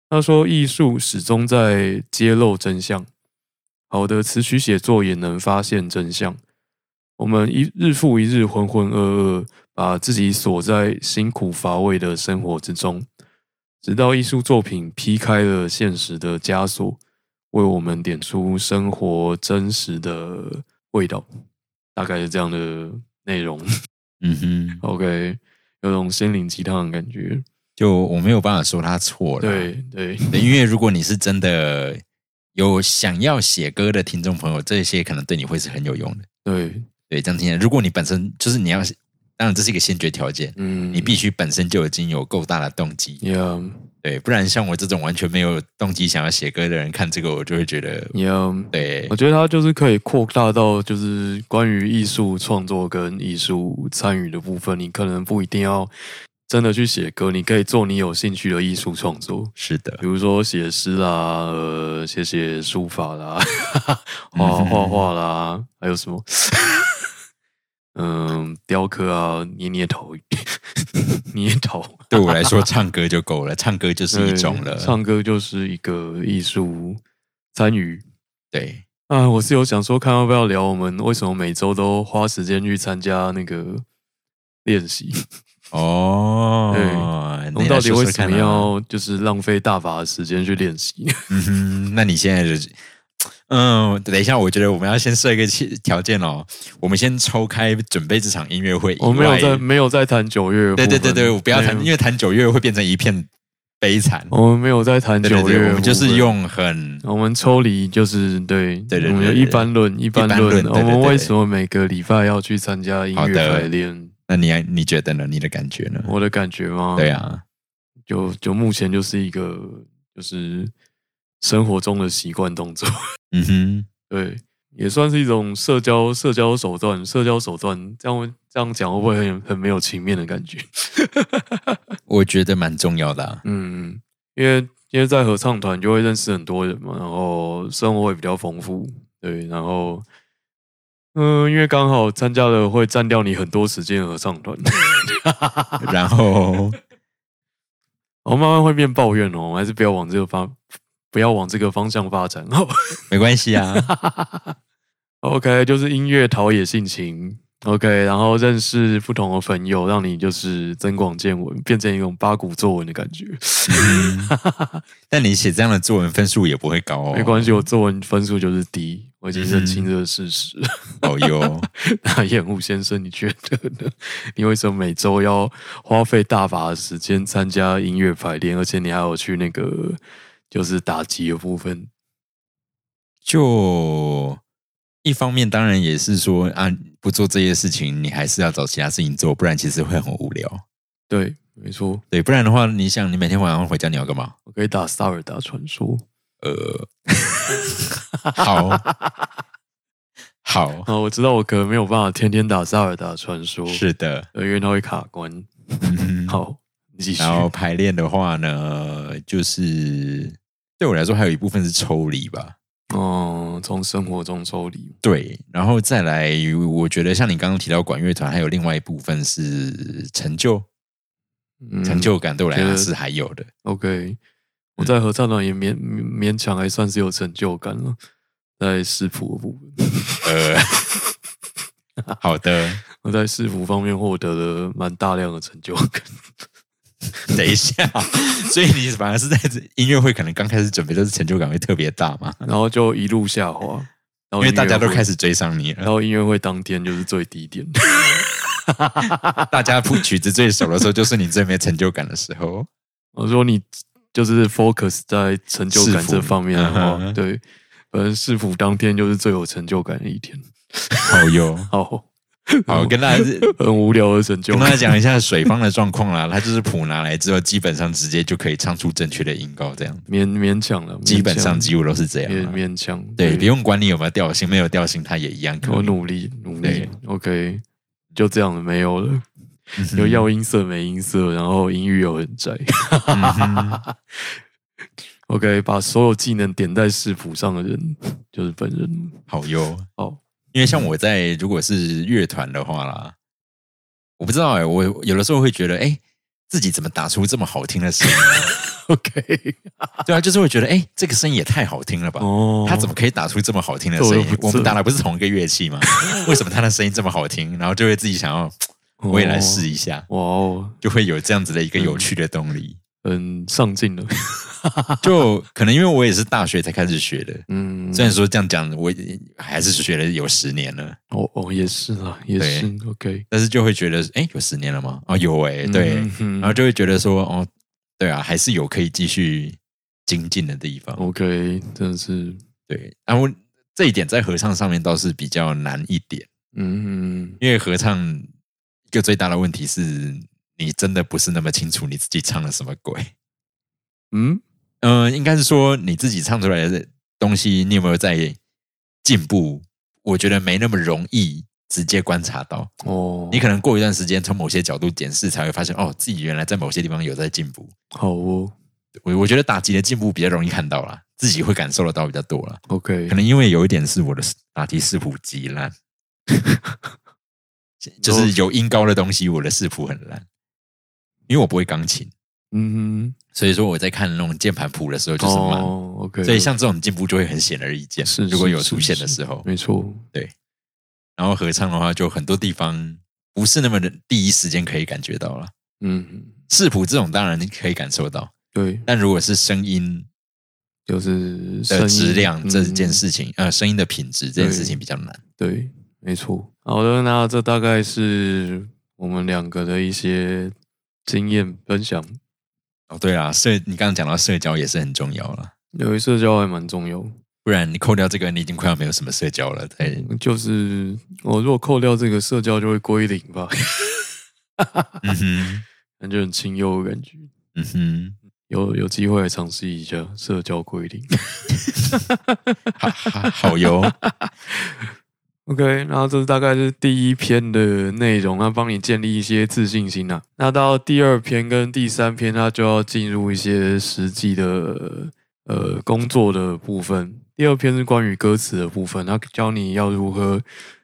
[SPEAKER 2] 他说，艺术始终在揭露真相，好的词曲写作也能发现真相。我们一日复一日浑浑噩噩，把自己锁在辛苦乏味的生活之中，直到艺术作品劈开了现实的枷锁，为我们点出生活真实的味道。大概是这样的内容。
[SPEAKER 1] 嗯哼，
[SPEAKER 2] OK，有种心灵鸡汤的感觉。
[SPEAKER 1] 就我没有办法说他错了。
[SPEAKER 2] 对对，
[SPEAKER 1] 对，因为如果你是真的有想要写歌的听众朋友，这些可能对你会是很有用的。
[SPEAKER 2] 对，
[SPEAKER 1] 对，这样听起来，如果你本身就是你要，当然这是一个先决条件，
[SPEAKER 2] 嗯，
[SPEAKER 1] 你必须本身就已经有够大的动机，
[SPEAKER 2] 要
[SPEAKER 1] 对，不然像我这种完全没有动机想要写歌的人，看这个我就会觉得，
[SPEAKER 2] 要，
[SPEAKER 1] 对
[SPEAKER 2] 我，觉得它就是可以扩大到就是关于艺术创作跟艺术参与的部分，你可能不一定要真的去写歌，你可以做你有兴趣的艺术创作。
[SPEAKER 1] 是的
[SPEAKER 2] 比，如说写诗啦，呃，写写书法啦， [laughs]
[SPEAKER 1] 嗯
[SPEAKER 2] 画画画啦，还有什么？ [laughs] 嗯，雕刻啊，捏捏头， [laughs] 捏头，
[SPEAKER 1] 对我来说，唱歌就够了，唱歌就是一
[SPEAKER 2] 对
[SPEAKER 1] 种了，
[SPEAKER 2] 唱歌就是一个艺术参与
[SPEAKER 1] 对，
[SPEAKER 2] 啊！我是有想说，看要不要聊我们为什么每周都花时间去参加那个
[SPEAKER 1] [laughs]
[SPEAKER 2] 练习，
[SPEAKER 1] 哦，
[SPEAKER 2] 我
[SPEAKER 1] 你
[SPEAKER 2] 们
[SPEAKER 1] 来
[SPEAKER 2] 到底
[SPEAKER 1] 说
[SPEAKER 2] 为
[SPEAKER 1] 说
[SPEAKER 2] 什
[SPEAKER 1] 看
[SPEAKER 2] 么
[SPEAKER 1] 啊
[SPEAKER 2] 要就是浪费大把的时间去练习？
[SPEAKER 1] 嗯哼，那你现在就，嗯，等一下，我觉得我们要先设一个期条件哦，我们先抽开准备这场音乐会以外。
[SPEAKER 2] 我没有在没有在谈九月的部
[SPEAKER 1] 对
[SPEAKER 2] 分，
[SPEAKER 1] 对对对，我不要谈，
[SPEAKER 2] 对
[SPEAKER 1] 因为谈九月会变成一片悲惨。
[SPEAKER 2] 我们没有在谈
[SPEAKER 1] 对
[SPEAKER 2] 九
[SPEAKER 1] 对
[SPEAKER 2] 月
[SPEAKER 1] 对，我们就
[SPEAKER 2] 的部
[SPEAKER 1] 是
[SPEAKER 2] 分
[SPEAKER 1] 用很
[SPEAKER 2] 我们抽离就是对，
[SPEAKER 1] 对对
[SPEAKER 2] 我们
[SPEAKER 1] 对
[SPEAKER 2] 就
[SPEAKER 1] 对
[SPEAKER 2] 一般论一般
[SPEAKER 1] 一般论
[SPEAKER 2] 论。
[SPEAKER 1] 对
[SPEAKER 2] 我
[SPEAKER 1] 对
[SPEAKER 2] 们
[SPEAKER 1] 对
[SPEAKER 2] 为什么每个礼拜要去参加音
[SPEAKER 1] 好
[SPEAKER 2] 乐
[SPEAKER 1] 的
[SPEAKER 2] 排练？
[SPEAKER 1] 那你你觉得呢？你的感觉呢？
[SPEAKER 2] 我的感觉吗？
[SPEAKER 1] 对啊，
[SPEAKER 2] 就就目前就是一个就是生活中的习惯动作，
[SPEAKER 1] 嗯哼，
[SPEAKER 2] 对，也算是一种社交社交手段，社交手段。这样这样讲会不会很很没有情面的感觉？ [laughs]
[SPEAKER 1] 我觉得蛮重要的、啊。
[SPEAKER 2] 嗯，因为因为在合唱团就会认识很多人嘛，然后生活也比较丰富，对，然后。嗯，因为刚好参加了会占掉你很多时间的合唱团， [laughs]
[SPEAKER 1] 啊然后，
[SPEAKER 2] 我慢慢会变抱怨哦，我们还是不要往这个方，不要往这个方向发展，哦好吧？
[SPEAKER 1] 没关系啊，
[SPEAKER 2] OK，就是音乐陶冶性情。OK，然后认识不同的朋友，让你就是增广见闻，变成一种八股作文的感觉。
[SPEAKER 1] 嗯但你写这样的作文分数也不会高哦。嗯
[SPEAKER 2] 没关系，我作文分数就是低，我已经认清这个事实。
[SPEAKER 1] 哦哟，
[SPEAKER 2] [laughs] 那燕武先生，你觉得呢？ [laughs] 你为什么每周要花费大把的时间参加音乐排练，而且你还有去那个就是打击的部分？
[SPEAKER 1] 就一方面，当然也是说啊，不做这些事情，你还是要找其他事情做，不然其实会很无聊。
[SPEAKER 2] 对，没错，
[SPEAKER 1] 对，不然的话，你想，你每天晚上回家你要干嘛？
[SPEAKER 2] 我可以打《萨尔达传说》。
[SPEAKER 1] [laughs] 呃，好，好，
[SPEAKER 2] 啊，我知道我可能没有办法天天打《萨尔达传说》。
[SPEAKER 1] 是的。
[SPEAKER 2] 呃对，因为它会卡关。
[SPEAKER 1] 嗯哼
[SPEAKER 2] [laughs] 好，你继续。
[SPEAKER 1] 然后排练的话呢，就是对我来说还有一部分是抽离吧。
[SPEAKER 2] 哦，从生活中抽离。
[SPEAKER 1] 对，然后再来，我觉得像你刚刚提到管乐团，还有另外一部分是成就、
[SPEAKER 2] 嗯
[SPEAKER 1] 成就嗯感，对我来
[SPEAKER 2] 觉
[SPEAKER 1] 讲
[SPEAKER 2] 得
[SPEAKER 1] 是还有的。
[SPEAKER 2] OK，我在合唱团也勉勉勉强还算是有成就感了，在视谱的部分，
[SPEAKER 1] 呃，好的，
[SPEAKER 2] 我在视谱方面获得了蛮大量的成就感。
[SPEAKER 1] 等一下，所以你反而是在音乐会可能刚开始准备都是成就感会特别大嘛，
[SPEAKER 2] [laughs] 然后就一路下滑，
[SPEAKER 1] 嗯
[SPEAKER 2] 因
[SPEAKER 1] 因为大家都开
[SPEAKER 2] 始，
[SPEAKER 1] 始追上你
[SPEAKER 2] 然
[SPEAKER 1] 了，
[SPEAKER 2] 后音乐会当天就是最低点。 [laughs]
[SPEAKER 1] 大家谱曲子最熟的时候，就是你最没成就感的时候。
[SPEAKER 2] 我说你就是 focus 在成就感
[SPEAKER 1] 市府
[SPEAKER 2] 这方面的
[SPEAKER 1] 嗯
[SPEAKER 2] 话，
[SPEAKER 1] 哼
[SPEAKER 2] 对，哦反正市府当天就是最有成就感的一天。哦
[SPEAKER 1] 好哟，
[SPEAKER 2] 好，
[SPEAKER 1] 好，跟大家
[SPEAKER 2] [laughs] 很无聊的拯救
[SPEAKER 1] 跟。大家讲一下水方的状况啦。它就是谱拿来之后，基本上直接就可以唱出正确的音高，这样
[SPEAKER 2] [laughs] 勉勉强了，
[SPEAKER 1] 基本上
[SPEAKER 2] 勉
[SPEAKER 1] 几乎都是这
[SPEAKER 2] 强也
[SPEAKER 1] 样啊。
[SPEAKER 2] 勉强。
[SPEAKER 1] 对，不用管你有没有调性，没有调性它也一样可
[SPEAKER 2] 我
[SPEAKER 1] 以。
[SPEAKER 2] 努力努力
[SPEAKER 1] 对嗯
[SPEAKER 2] ，OK，就这样了，没有了。有要音色没音色，然后音域又很窄。
[SPEAKER 1] 嗯哼
[SPEAKER 2] [laughs] OK，把所有技能点在视谱上的人就是本人。
[SPEAKER 1] 好哟。
[SPEAKER 2] 哦，
[SPEAKER 1] 因为像我在如果是乐团的话啦，我不知道哎、我有的时候会觉得，哎、自己怎么打出这么好听的声音啊？
[SPEAKER 2] OK，
[SPEAKER 1] 对啊， [laughs] 就是会觉得，哎、这个声音也太好听了吧？
[SPEAKER 2] 哦，
[SPEAKER 1] 他怎么可以打出这么好听的
[SPEAKER 2] 这我
[SPEAKER 1] 声
[SPEAKER 2] 就
[SPEAKER 1] 音
[SPEAKER 2] 不知？道
[SPEAKER 1] 我们打的不是同一个乐器吗？ [laughs] 为什么他的声音这么好听？然后就会自己想要，
[SPEAKER 2] 哦
[SPEAKER 1] 我也来试？一下，
[SPEAKER 2] 哇哦，
[SPEAKER 1] 就会有这样子的一个有趣的动力。
[SPEAKER 2] 很上进了。
[SPEAKER 1] 就可能因为我也是大学才开始学的，
[SPEAKER 2] 嗯，
[SPEAKER 1] 虽然说这样讲，我还是学了有十年了，
[SPEAKER 2] 哦哦也是啦，也是 OK。
[SPEAKER 1] 但是就会觉得，哎、有十年了吗？哦，有哎、对，
[SPEAKER 2] 嗯哼
[SPEAKER 1] 然后就会觉得说，哦，对啊，还是有可以继续精进的地
[SPEAKER 2] 哦
[SPEAKER 1] 方。
[SPEAKER 2] OK，真的是，
[SPEAKER 1] 对，然后这一点在合唱上面倒是比较难一点。
[SPEAKER 2] 嗯，
[SPEAKER 1] 因为合唱一个最大的问题是你真的不是那么清楚你自己唱了什么鬼。
[SPEAKER 2] 嗯，
[SPEAKER 1] 嗯、应该是说你自己唱出来的东西，你有没有在进步？我觉得没那么容易直接观察到。
[SPEAKER 2] 哦，
[SPEAKER 1] 你可能过一段时间从某些角度检视，才会发现哦，自己原来在某些地方有在进步。
[SPEAKER 2] 好哦
[SPEAKER 1] 我我觉得打击的进步比较容易看到啦，自己会感受得到比较多啦。
[SPEAKER 2] ，OK，
[SPEAKER 1] 可能因为有一点是我的打击视谱极
[SPEAKER 2] [laughs]
[SPEAKER 1] 烂，就是有音高的东西，我的视谱很烂，因为我不会钢琴，
[SPEAKER 2] 嗯
[SPEAKER 1] 所以说我在看那种键盘谱的时候
[SPEAKER 2] 哼，
[SPEAKER 1] 就是慢，
[SPEAKER 2] 哦，OK，
[SPEAKER 1] 所以像这种进步就会很显而易见。
[SPEAKER 2] 是
[SPEAKER 1] 如果有
[SPEAKER 2] 是
[SPEAKER 1] 出现的
[SPEAKER 2] 是
[SPEAKER 1] 时候，
[SPEAKER 2] 没错，
[SPEAKER 1] 然后合唱的话，就很多地方不是那么的第一时间可以感觉到了。
[SPEAKER 2] 嗯，
[SPEAKER 1] 视谱这种当然可以感受到，
[SPEAKER 2] 对，
[SPEAKER 1] 但如果是声音
[SPEAKER 2] 就是声
[SPEAKER 1] 的
[SPEAKER 2] 音
[SPEAKER 1] 质量这件，
[SPEAKER 2] 嗯
[SPEAKER 1] 事情，呃，声音的品质这件事情比较难。
[SPEAKER 2] 对，没错。好的，那这大概是我们两个的一些经验分享。
[SPEAKER 1] 哦，对啦，社你刚刚讲到社交也是很重要了，
[SPEAKER 2] 有一社交还蛮重要，
[SPEAKER 1] 不然你扣掉这个，你已经快要没有什么社交了。对，
[SPEAKER 2] 就是我如果扣掉这个社交，就会归零吧， [laughs]
[SPEAKER 1] 嗯哼，
[SPEAKER 2] 感觉很清幽的感觉。
[SPEAKER 1] 嗯哼。
[SPEAKER 2] 有有机会来尝试一下社交归零。
[SPEAKER 1] 好好好
[SPEAKER 2] [laughs]
[SPEAKER 1] 哟，
[SPEAKER 2] OK，然后这大概是第一篇的内容，那帮你建立一些自信心啊。那到第二篇跟第三篇，它就要进入一些实际的呃工作的部分。第二篇是关于歌词的部分，它教你要如何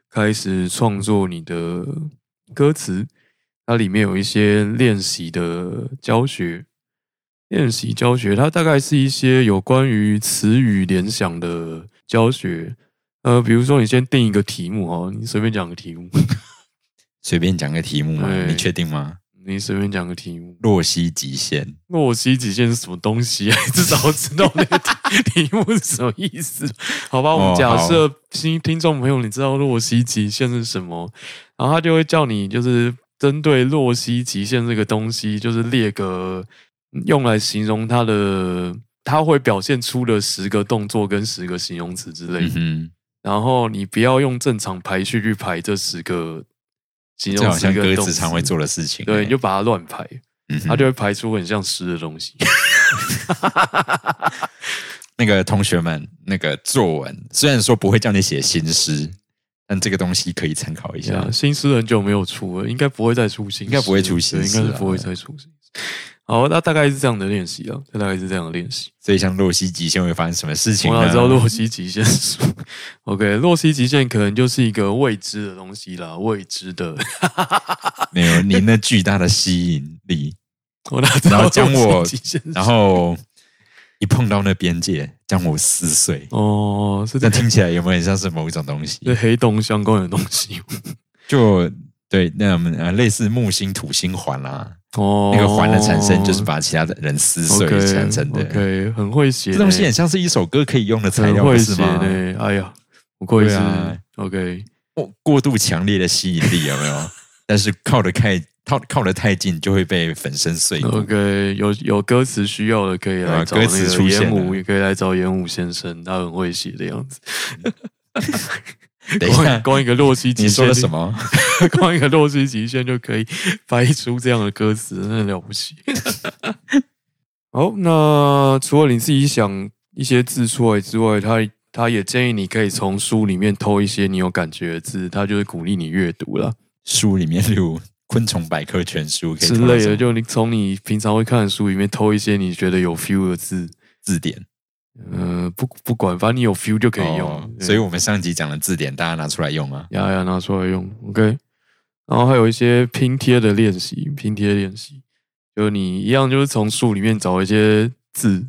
[SPEAKER 2] 开始创作你的歌词。它里面有一些练习的教学，练习教学，它大概是一些有关于词语联想的教学。呃，比如说你先定一个题目哦，你随便讲个题目， [laughs]
[SPEAKER 1] 随便讲个题目嘛，
[SPEAKER 2] 对
[SPEAKER 1] 你确定吗？
[SPEAKER 2] 你随便讲个题目。
[SPEAKER 1] 洛西极限，
[SPEAKER 2] 洛西极限是什么东西啊？至少要知道那个题 [laughs] 题目是什么意思，好吧？我们
[SPEAKER 1] 哦
[SPEAKER 2] 假
[SPEAKER 1] 好
[SPEAKER 2] 设新听众朋友，你知道洛西极限是什么，然后他就会叫你就是针对洛西极限这个东西，就是列个用来形容它的，它会表现出的十个动作跟十个形容词之类的
[SPEAKER 1] 嗯。哼，
[SPEAKER 2] 然后你不要用正常排序去排这十个形
[SPEAKER 1] 这
[SPEAKER 2] 容
[SPEAKER 1] 好
[SPEAKER 2] 词
[SPEAKER 1] 像
[SPEAKER 2] 跟
[SPEAKER 1] 歌
[SPEAKER 2] 动
[SPEAKER 1] 词
[SPEAKER 2] 词
[SPEAKER 1] 常会，做的事情欸。
[SPEAKER 2] 对，你就把它乱排，
[SPEAKER 1] 嗯哼
[SPEAKER 2] 它就会排出很像诗的东西。
[SPEAKER 1] 那个同学们，那个作文虽然说不会叫你写新诗，但这个东西可以参考一
[SPEAKER 2] 对
[SPEAKER 1] 下
[SPEAKER 2] 啊，。新诗很久没有出了，应该不会再出新诗，
[SPEAKER 1] 应该不会出新
[SPEAKER 2] 对
[SPEAKER 1] 诗
[SPEAKER 2] 应该是
[SPEAKER 1] 啊
[SPEAKER 2] 不会再出新诗。好，那大概是这样的练习啊，大概是这样的练习。
[SPEAKER 1] 所以像洛西极限会发生什么事情
[SPEAKER 2] 我
[SPEAKER 1] 呢？
[SPEAKER 2] 哪知道洛西极限是什么？OK，洛西极限可能就是一个未知的东西啦，未知的。
[SPEAKER 1] 没有你那巨大的吸引
[SPEAKER 2] [laughs]
[SPEAKER 1] 力，
[SPEAKER 2] 我哪知
[SPEAKER 1] 然
[SPEAKER 2] 道
[SPEAKER 1] 后将
[SPEAKER 2] 洛
[SPEAKER 1] 我
[SPEAKER 2] 西极限是
[SPEAKER 1] 然后一碰到那边界，将我撕碎。
[SPEAKER 2] 哦，是
[SPEAKER 1] 那
[SPEAKER 2] 这
[SPEAKER 1] 听起来有没有很像是某一种东西？
[SPEAKER 2] 是黑洞相关的东西
[SPEAKER 1] 就对，那我们呃，类似木星、土星环啊，
[SPEAKER 2] 哦，
[SPEAKER 1] 那个环的产生就是把其他的人撕碎
[SPEAKER 2] OK，
[SPEAKER 1] 产生的。
[SPEAKER 2] OK，很会写
[SPEAKER 1] 这
[SPEAKER 2] 嘞，
[SPEAKER 1] 东西很像是一首歌可以用的材
[SPEAKER 2] 很
[SPEAKER 1] 料，
[SPEAKER 2] 会
[SPEAKER 1] 不
[SPEAKER 2] 写
[SPEAKER 1] 是吗？
[SPEAKER 2] 嘞。哎呀，不愧是
[SPEAKER 1] 对啊
[SPEAKER 2] OK，
[SPEAKER 1] 过过度强烈的吸引力有没有？ [laughs] 但是靠得太靠靠得太近，就会被粉身碎骨。
[SPEAKER 2] OK，有有歌词需要的可以来
[SPEAKER 1] 啊
[SPEAKER 2] 找那
[SPEAKER 1] 歌词
[SPEAKER 2] 个
[SPEAKER 1] 出现
[SPEAKER 2] 演武，
[SPEAKER 1] 了
[SPEAKER 2] 也可以来找演武先生，他很会写的样子。
[SPEAKER 1] 等一下
[SPEAKER 2] 光，光一个洛基极
[SPEAKER 1] [laughs] 你
[SPEAKER 2] 限，
[SPEAKER 1] 说了什？么？
[SPEAKER 2] [laughs] 光一个洛基极限就可以翻译出这样的歌词，真的了不起。 [laughs] 好，那除了你自己想一些字出来之外，他他也建议你可以从书里面偷一些你有感觉的字，他就是鼓励你阅读啦
[SPEAKER 1] 书里面例如《昆虫百科全书》可以
[SPEAKER 2] 之
[SPEAKER 1] 看到
[SPEAKER 2] 类
[SPEAKER 1] 什
[SPEAKER 2] 的。
[SPEAKER 1] 么
[SPEAKER 2] 就你从你平常会看的书里面偷一些你觉得有 feel 的字，
[SPEAKER 1] 字典
[SPEAKER 2] 呃，不不管，反正你有 feel 就可以用。
[SPEAKER 1] 哦
[SPEAKER 2] 对
[SPEAKER 1] 所以我们上集讲的字典，大家拿出来用啊。
[SPEAKER 2] 呀呀拿出来用，OK。然后还有一些拼贴的练习，拼贴练习，就你一样就是从书里面找一些字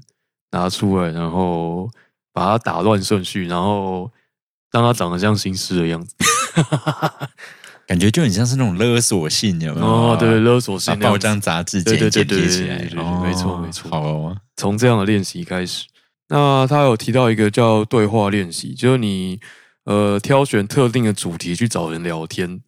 [SPEAKER 2] 拿出来，然后把它打乱顺序，然后让它长得像新诗的样子。
[SPEAKER 1] 感觉就很像是那种勒索信，有没有？
[SPEAKER 2] 哦，对，，勒索性
[SPEAKER 1] 把
[SPEAKER 2] 那样
[SPEAKER 1] 报
[SPEAKER 2] 子
[SPEAKER 1] 章杂志
[SPEAKER 2] 对
[SPEAKER 1] 剪
[SPEAKER 2] 对
[SPEAKER 1] 啊一
[SPEAKER 2] 对
[SPEAKER 1] 剪
[SPEAKER 2] 对
[SPEAKER 1] 贴
[SPEAKER 2] 对
[SPEAKER 1] 起
[SPEAKER 2] 对
[SPEAKER 1] 来
[SPEAKER 2] 对，对
[SPEAKER 1] 哦
[SPEAKER 2] 没错没错
[SPEAKER 1] 好哦，
[SPEAKER 2] 从这样的练习开始。那他有提到一个叫对话练习，就是你呃挑选特定的主题去找人聊天，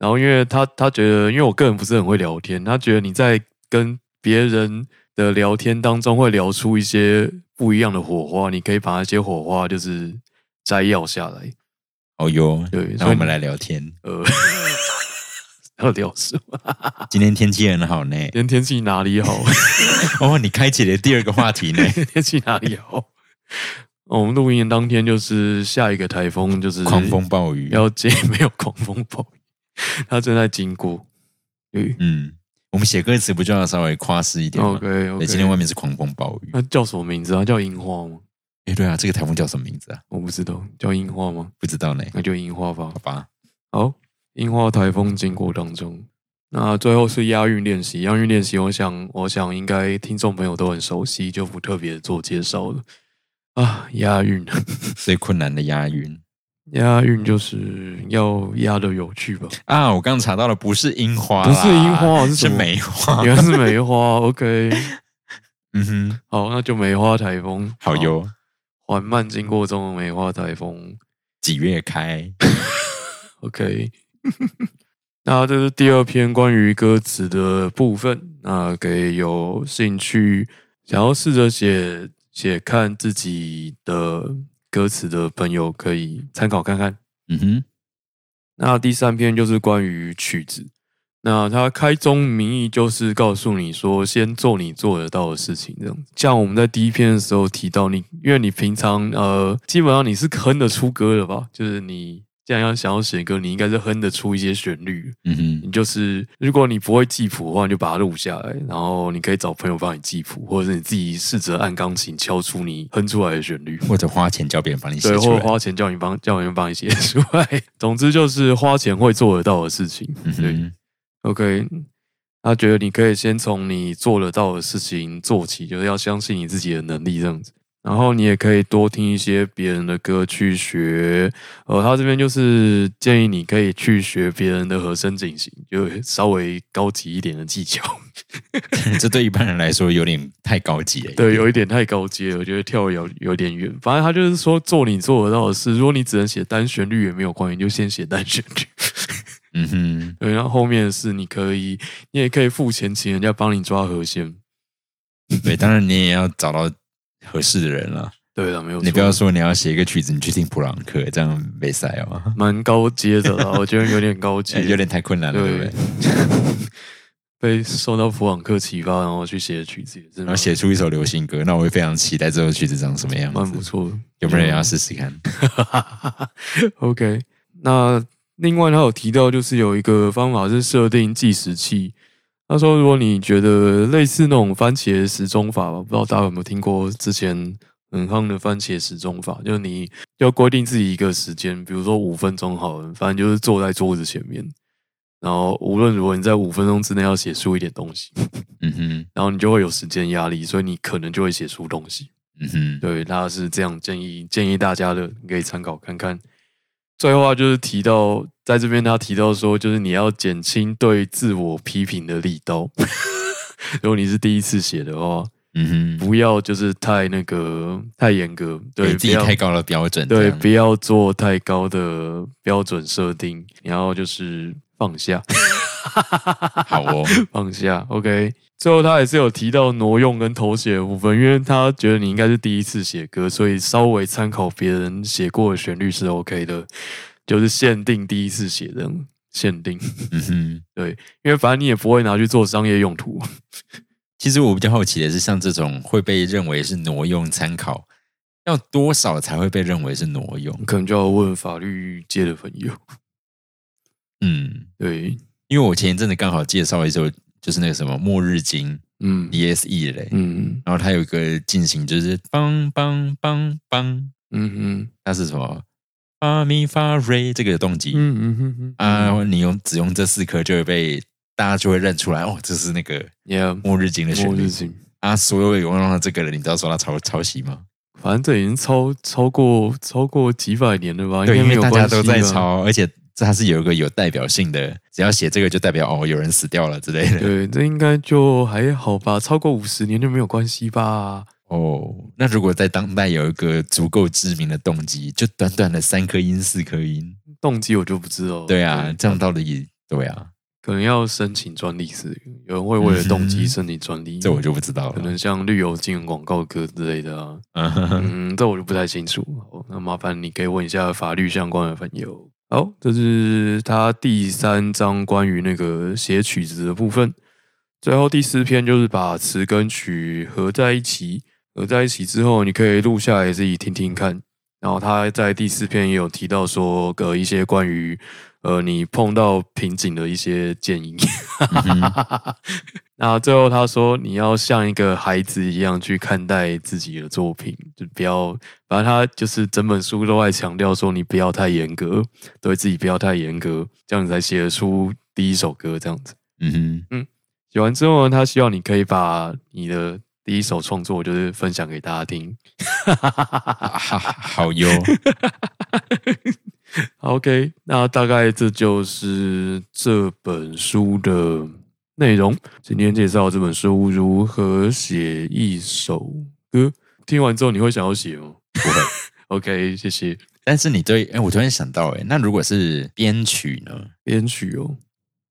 [SPEAKER 2] 然后因为他他觉得，因为我个人不是很会聊天，他觉得你在跟别人的聊天当中会聊出一些不一样的火花，你可以把那些火花就是摘要下来。
[SPEAKER 1] 好哟。
[SPEAKER 2] 对，
[SPEAKER 1] 那
[SPEAKER 2] 所以
[SPEAKER 1] 我们来聊天。
[SPEAKER 2] 呃 [laughs] 要聊什 [laughs] 么？
[SPEAKER 1] 今天天气很好呢。
[SPEAKER 2] 今天天气哪里好？
[SPEAKER 1] [laughs] 哦，你开启了第二个话
[SPEAKER 2] [laughs]
[SPEAKER 1] 题呢。
[SPEAKER 2] 天气哪里好？哦我们录音的当天就是下一个台风，就是
[SPEAKER 1] 狂风暴雨。
[SPEAKER 2] 要接，没有狂风暴雨，它正在经过。对
[SPEAKER 1] 嗯，我们写歌词不就要稍微夸饰一点吗？
[SPEAKER 2] ，OK
[SPEAKER 1] 对
[SPEAKER 2] OK。
[SPEAKER 1] 今天外面是狂风暴雨。
[SPEAKER 2] 那叫什么名字啊？叫樱花吗？
[SPEAKER 1] 哎，对啊，这个台风叫什么名字啊？
[SPEAKER 2] 我不知道，叫樱花吗？
[SPEAKER 1] 不知道呢。 [laughs]
[SPEAKER 2] 那就樱花吧
[SPEAKER 1] 好。吧，
[SPEAKER 2] 好，樱花台风经过当中，那最后是押韵练习。押韵练习，我想，我想应该听众朋友都很熟悉，就不特别做介绍了。啊，押韵。
[SPEAKER 1] 最困难的押韵
[SPEAKER 2] 押韵就是要押的有趣吧？
[SPEAKER 1] 啊！我刚查到了，不是樱花啦，
[SPEAKER 2] 不是樱花是
[SPEAKER 1] 是
[SPEAKER 2] 什么
[SPEAKER 1] 梅花。
[SPEAKER 2] 原来是梅花，OK，
[SPEAKER 1] 嗯哼，
[SPEAKER 2] 好，那就梅花台风。
[SPEAKER 1] 好，哟，
[SPEAKER 2] 缓慢经过中的梅花台风
[SPEAKER 1] 几月开？
[SPEAKER 2] ，OK。那这是第二篇关于歌词的部分。那给有兴趣想要试着写写看自己的歌词的朋友，可以参考看看。
[SPEAKER 1] 嗯哼，
[SPEAKER 2] 那第三篇就是关于曲子。那它开宗明义就是告诉你说，先做你做得到的事情，这样。像我们在第一篇的时候提到你，因为你平常呃，基本上你是哼得出歌的吧？就是你既然要想要写歌，你应该是哼得出一些旋律。
[SPEAKER 1] 嗯哼，
[SPEAKER 2] 你就是，如果你不会记谱的话，你就把它录下来，然后你可以找朋友帮你记谱，或者是你自己试着按钢琴敲出你哼出来的旋律。
[SPEAKER 1] 或者花钱叫别人帮你写
[SPEAKER 2] 嗯对，
[SPEAKER 1] 出
[SPEAKER 2] 或者
[SPEAKER 1] 来。
[SPEAKER 2] 花钱叫你帮叫人帮你写出来。 [laughs] 总之就是花钱会做得到的事情。
[SPEAKER 1] 嗯
[SPEAKER 2] 对、
[SPEAKER 1] 哼，
[SPEAKER 2] o k 他觉得你可以先从你做得到的事情做起，就是要相信你自己的能力这样子。然后你也可以多听一些别人的歌去学，呃，他这边就是建议你可以去学别人的和声进行，就稍微高级一点的技巧。
[SPEAKER 1] [laughs] 这对一般人来说有点太高级了。 [laughs]
[SPEAKER 2] 对，有一点太高阶了，我觉得跳有有点远。反正他就是说做你做得到的事，如果你只能写单旋律也没有关系，你就先写单旋律。 [laughs]
[SPEAKER 1] 嗯哼，
[SPEAKER 2] 对，然后后面的事你可以，你也可以付钱请人家帮你抓和弦。
[SPEAKER 1] 对，当然你也要找到合适的人了。
[SPEAKER 2] 对了，没有错
[SPEAKER 1] 你不要说你要写一个曲子，你去听普朗克，这样没塞哦，
[SPEAKER 2] 蛮高阶的啦，我觉得有点高阶，
[SPEAKER 1] [laughs] 有点太困难了，对不
[SPEAKER 2] 对
[SPEAKER 1] 对？。
[SPEAKER 2] [laughs] 被受到弗朗克启发，然后去写的曲子也是
[SPEAKER 1] 然后
[SPEAKER 2] 蛮
[SPEAKER 1] 写出一首流行歌，那我会非常期待这首曲子长什么样
[SPEAKER 2] 蛮不
[SPEAKER 1] 子。
[SPEAKER 2] 错啊的。
[SPEAKER 1] 有没有人要试试看？
[SPEAKER 2] [laughs] OK，那另外他有提到，就是有一个方法是设定计时器。他说，如果你觉得类似那种番茄时钟法吧，不知道大家有没有听过之前很夯的番茄时钟法，就是你要规定自己一个时间，比如说五分钟好了，反正就是坐在桌子前面，然后无论如何你在五分钟之内要写出一点东西，
[SPEAKER 1] 嗯哼，
[SPEAKER 2] 然后你就会有时间压力，所以你可能就会写出东西。
[SPEAKER 1] 嗯哼，
[SPEAKER 2] 对，他是这样建议建议大家的，你可以参考看看。最后啊，就是提到在这边，他提到说，就是你要减轻对自我批评的力道。 [laughs] 如果你是第一次写的话，
[SPEAKER 1] 嗯哼，
[SPEAKER 2] 不要就是太那个太严格，对，
[SPEAKER 1] 给
[SPEAKER 2] 不
[SPEAKER 1] 自己
[SPEAKER 2] 要
[SPEAKER 1] 太高的标准，这
[SPEAKER 2] 对，
[SPEAKER 1] 样
[SPEAKER 2] 不要做太高的标准设定，你要就是放下。
[SPEAKER 1] 好哦。
[SPEAKER 2] 放下。OK，最后他也是有提到挪用跟偷写的部分，因为他觉得你应该是第一次写歌，所以稍微参考别人写过的旋律是 OK 的。就是限定第一次写这样，限定， [laughs]
[SPEAKER 1] 嗯哼，
[SPEAKER 2] 因为反正你也不会拿去做商业用途。
[SPEAKER 1] 其实我比较好奇的是，像这种会被认为是挪用参考，要多少才会被认为是挪用？
[SPEAKER 2] 可能就要问法律界的朋友。
[SPEAKER 1] 嗯，
[SPEAKER 2] 对，
[SPEAKER 1] 因为我前一阵子刚好介绍一首，就是那个什么《末日经
[SPEAKER 2] 嗯》
[SPEAKER 1] DSE E 嘞，
[SPEAKER 2] 嗯
[SPEAKER 1] 然后它有一个进行就是梆梆梆梆，
[SPEAKER 2] 嗯嗯
[SPEAKER 1] 它是什么发咪发瑞这个动机、
[SPEAKER 2] 嗯嗯嗯
[SPEAKER 1] 啊？你用只用这四颗就会被大家就会认出来哦，这是那个《
[SPEAKER 2] ，Yeah，
[SPEAKER 1] 末日经》的旋
[SPEAKER 2] 末
[SPEAKER 1] 律
[SPEAKER 2] 日情，
[SPEAKER 1] 啊。所有有用到这个人，你知道说他抄抄袭吗？
[SPEAKER 2] 反正这已经超超过超过几百年了吧？
[SPEAKER 1] 对，
[SPEAKER 2] 应
[SPEAKER 1] 因
[SPEAKER 2] 该没
[SPEAKER 1] 为
[SPEAKER 2] 有
[SPEAKER 1] 大家
[SPEAKER 2] 关系
[SPEAKER 1] 都在
[SPEAKER 2] 吧。
[SPEAKER 1] 抄，而且它是有一个有代表性的，只要写这个就代表哦，有人死掉了之类的。
[SPEAKER 2] [laughs] 对，这应该就还好吧，超过五十年就没有关系吧？
[SPEAKER 1] 哦，那如果在当代有一个足够知名的动机，就短短的三颗音、四颗音，
[SPEAKER 2] 动机我就不知道。
[SPEAKER 1] 对啊，这样到底对啊，
[SPEAKER 2] 可能要申请专利是，有人会为了动机申请专利，
[SPEAKER 1] 嗯这我就不知道
[SPEAKER 2] 嗯可
[SPEAKER 1] 了。
[SPEAKER 2] 能像绿油精广告歌之类的啊，
[SPEAKER 1] 嗯哼哼
[SPEAKER 2] 嗯，这我就不太清楚。好，那麻烦你可以问一下法律相关的朋友。好，这是他第三章关于那个写曲子的部分。最后第四篇就是把词跟曲合在一起，合在一起之后，你可以录下来自己听听看。然后他在第四篇也有提到说，呃，一些关于呃你碰到瓶颈的一些建议。
[SPEAKER 1] 嗯哼
[SPEAKER 2] 那最后他说，你要像一个孩子一样去看待自己的作品，就不要，反正他就是整本书都在强调说，你不要太严格，对自己不要太严格，这样你才写得出第一首歌这样子。
[SPEAKER 1] 嗯
[SPEAKER 2] [laughs]
[SPEAKER 1] 哼，
[SPEAKER 2] 写完之后呢，他希望你可以把你的第一首创作就是分享给大家听。
[SPEAKER 1] 哈哈啊好哟， [laughs]
[SPEAKER 2] 好 OK，那大概这就是这本书的内容。今天介绍这本书如何写一首歌，听完之后你会想要写吗？不会。OK，谢谢
[SPEAKER 1] 但是你对，哎，我突然想到，哎，那如果是编曲呢？
[SPEAKER 2] 编曲哦。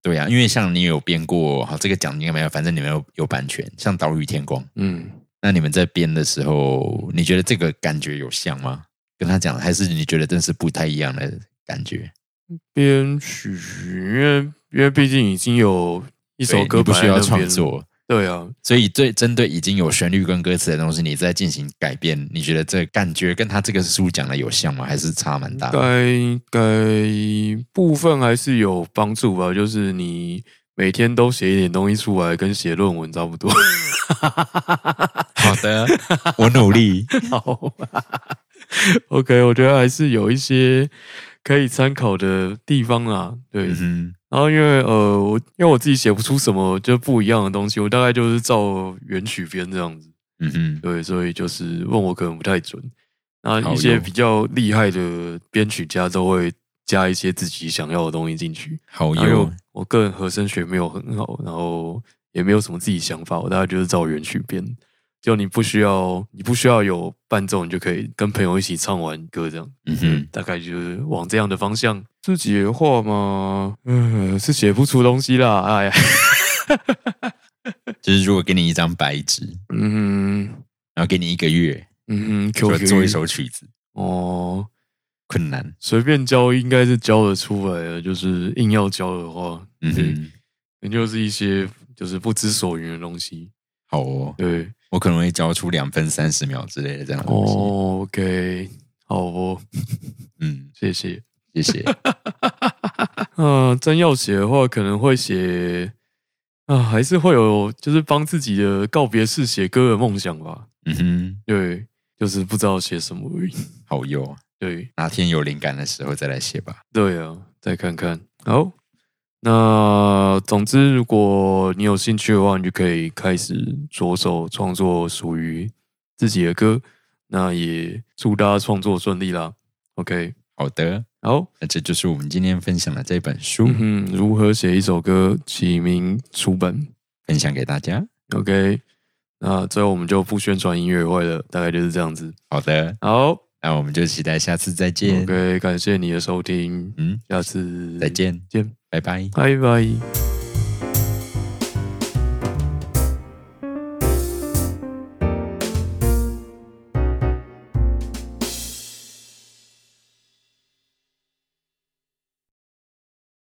[SPEAKER 1] 对啊，因为像你有编过，好，这个奖应该没有，反正你们有有版权，像《岛屿天光》。
[SPEAKER 2] 嗯，
[SPEAKER 1] 那你们在编的时候，你觉得这个感觉有像吗？跟他讲，还是你觉得真是不太一样的感觉？
[SPEAKER 2] 编曲，因为因为毕竟已经有一
[SPEAKER 1] 对
[SPEAKER 2] 首
[SPEAKER 1] 你
[SPEAKER 2] 歌
[SPEAKER 1] 不
[SPEAKER 2] 摆
[SPEAKER 1] 需
[SPEAKER 2] 在
[SPEAKER 1] 要
[SPEAKER 2] 那边
[SPEAKER 1] 创
[SPEAKER 2] 了。
[SPEAKER 1] 作，
[SPEAKER 2] 对啊，
[SPEAKER 1] 所以对针对已经有旋律跟歌词的东西，你在进行改编，你觉得这感觉跟他这个书讲的有像吗？还是差蛮大的？
[SPEAKER 2] 该该部分还是有帮助吧，就是你每天都写一点东西出来，跟写论文差不多。
[SPEAKER 1] 好的， [laughs] 我努力。
[SPEAKER 2] 好，OK，我觉得还是有一些可以参考的地方啦。对，
[SPEAKER 1] 嗯
[SPEAKER 2] 然后因为呃，我因为我自己写不出什么就不一样的东西，我大概就是照原曲编这样子。
[SPEAKER 1] 哼，嗯哼，
[SPEAKER 2] 对，所以就是问我可能不太准。那
[SPEAKER 1] 好
[SPEAKER 2] 一些
[SPEAKER 1] 哟
[SPEAKER 2] 比较厉害的编曲家都会加一些自己想要的东西进去。
[SPEAKER 1] 好
[SPEAKER 2] 然后因为
[SPEAKER 1] 哟
[SPEAKER 2] 我。我个人和声学没有很好，然后也没有什么自己想法，我大概就是照原曲编。就你不需要，你不需要有伴奏，你就可以跟朋友一起唱完歌这样。
[SPEAKER 1] 嗯
[SPEAKER 2] 嗯
[SPEAKER 1] 哼，，
[SPEAKER 2] 大概就是往这样的方向。自己的话嘛，嗯，是写不出东西啦。哎呀， [laughs]
[SPEAKER 1] 就是如果给你一张白纸，
[SPEAKER 2] 嗯
[SPEAKER 1] 然后给你一个月，
[SPEAKER 2] 嗯
[SPEAKER 1] 就
[SPEAKER 2] ，Q Q
[SPEAKER 1] 做一首曲子，
[SPEAKER 2] 哦，
[SPEAKER 1] 困难。
[SPEAKER 2] 随便教应该是教得出来的，就是硬要教的话，
[SPEAKER 1] 嗯
[SPEAKER 2] 嗯，
[SPEAKER 1] 哼，
[SPEAKER 2] 那就是一些就是不知所云的东西。
[SPEAKER 1] 好哦，
[SPEAKER 2] 对，
[SPEAKER 1] 我可能会交出两分三十秒之类的这样的东西。
[SPEAKER 2] 哦，OK，好哦， [laughs]
[SPEAKER 1] 嗯，
[SPEAKER 2] 谢谢。
[SPEAKER 1] 谢谢。 [laughs]
[SPEAKER 2] 嗯、真要写的话，可能会写啊，还是会有就是帮自己的告别式写歌的梦想吧。
[SPEAKER 1] 嗯哼，
[SPEAKER 2] 对，就是不知道写什么而已。
[SPEAKER 1] 好哟，
[SPEAKER 2] 对，
[SPEAKER 1] 哪天有灵感的时候再来写吧。
[SPEAKER 2] 对啊，再看看。好，那总之，如果你有兴趣的话，你就可以开始着手创作属于自己的歌。那也祝大家创作顺利啦。OK，
[SPEAKER 1] 好的，
[SPEAKER 2] 好。
[SPEAKER 1] 那这就是我们今天分享的这本书，
[SPEAKER 2] 嗯哼，如何写一首歌？启明出本。
[SPEAKER 1] 分享给大家。
[SPEAKER 2] OK，那最后我们就不宣传音乐会了，大概就是这样子。
[SPEAKER 1] 好的，
[SPEAKER 2] 好
[SPEAKER 1] 那我们就期待下次再见。
[SPEAKER 2] ，OK，感谢你的收听，
[SPEAKER 1] 嗯，
[SPEAKER 2] 下次
[SPEAKER 1] 再见，
[SPEAKER 2] 见，
[SPEAKER 1] 拜拜。
[SPEAKER 2] 拜拜。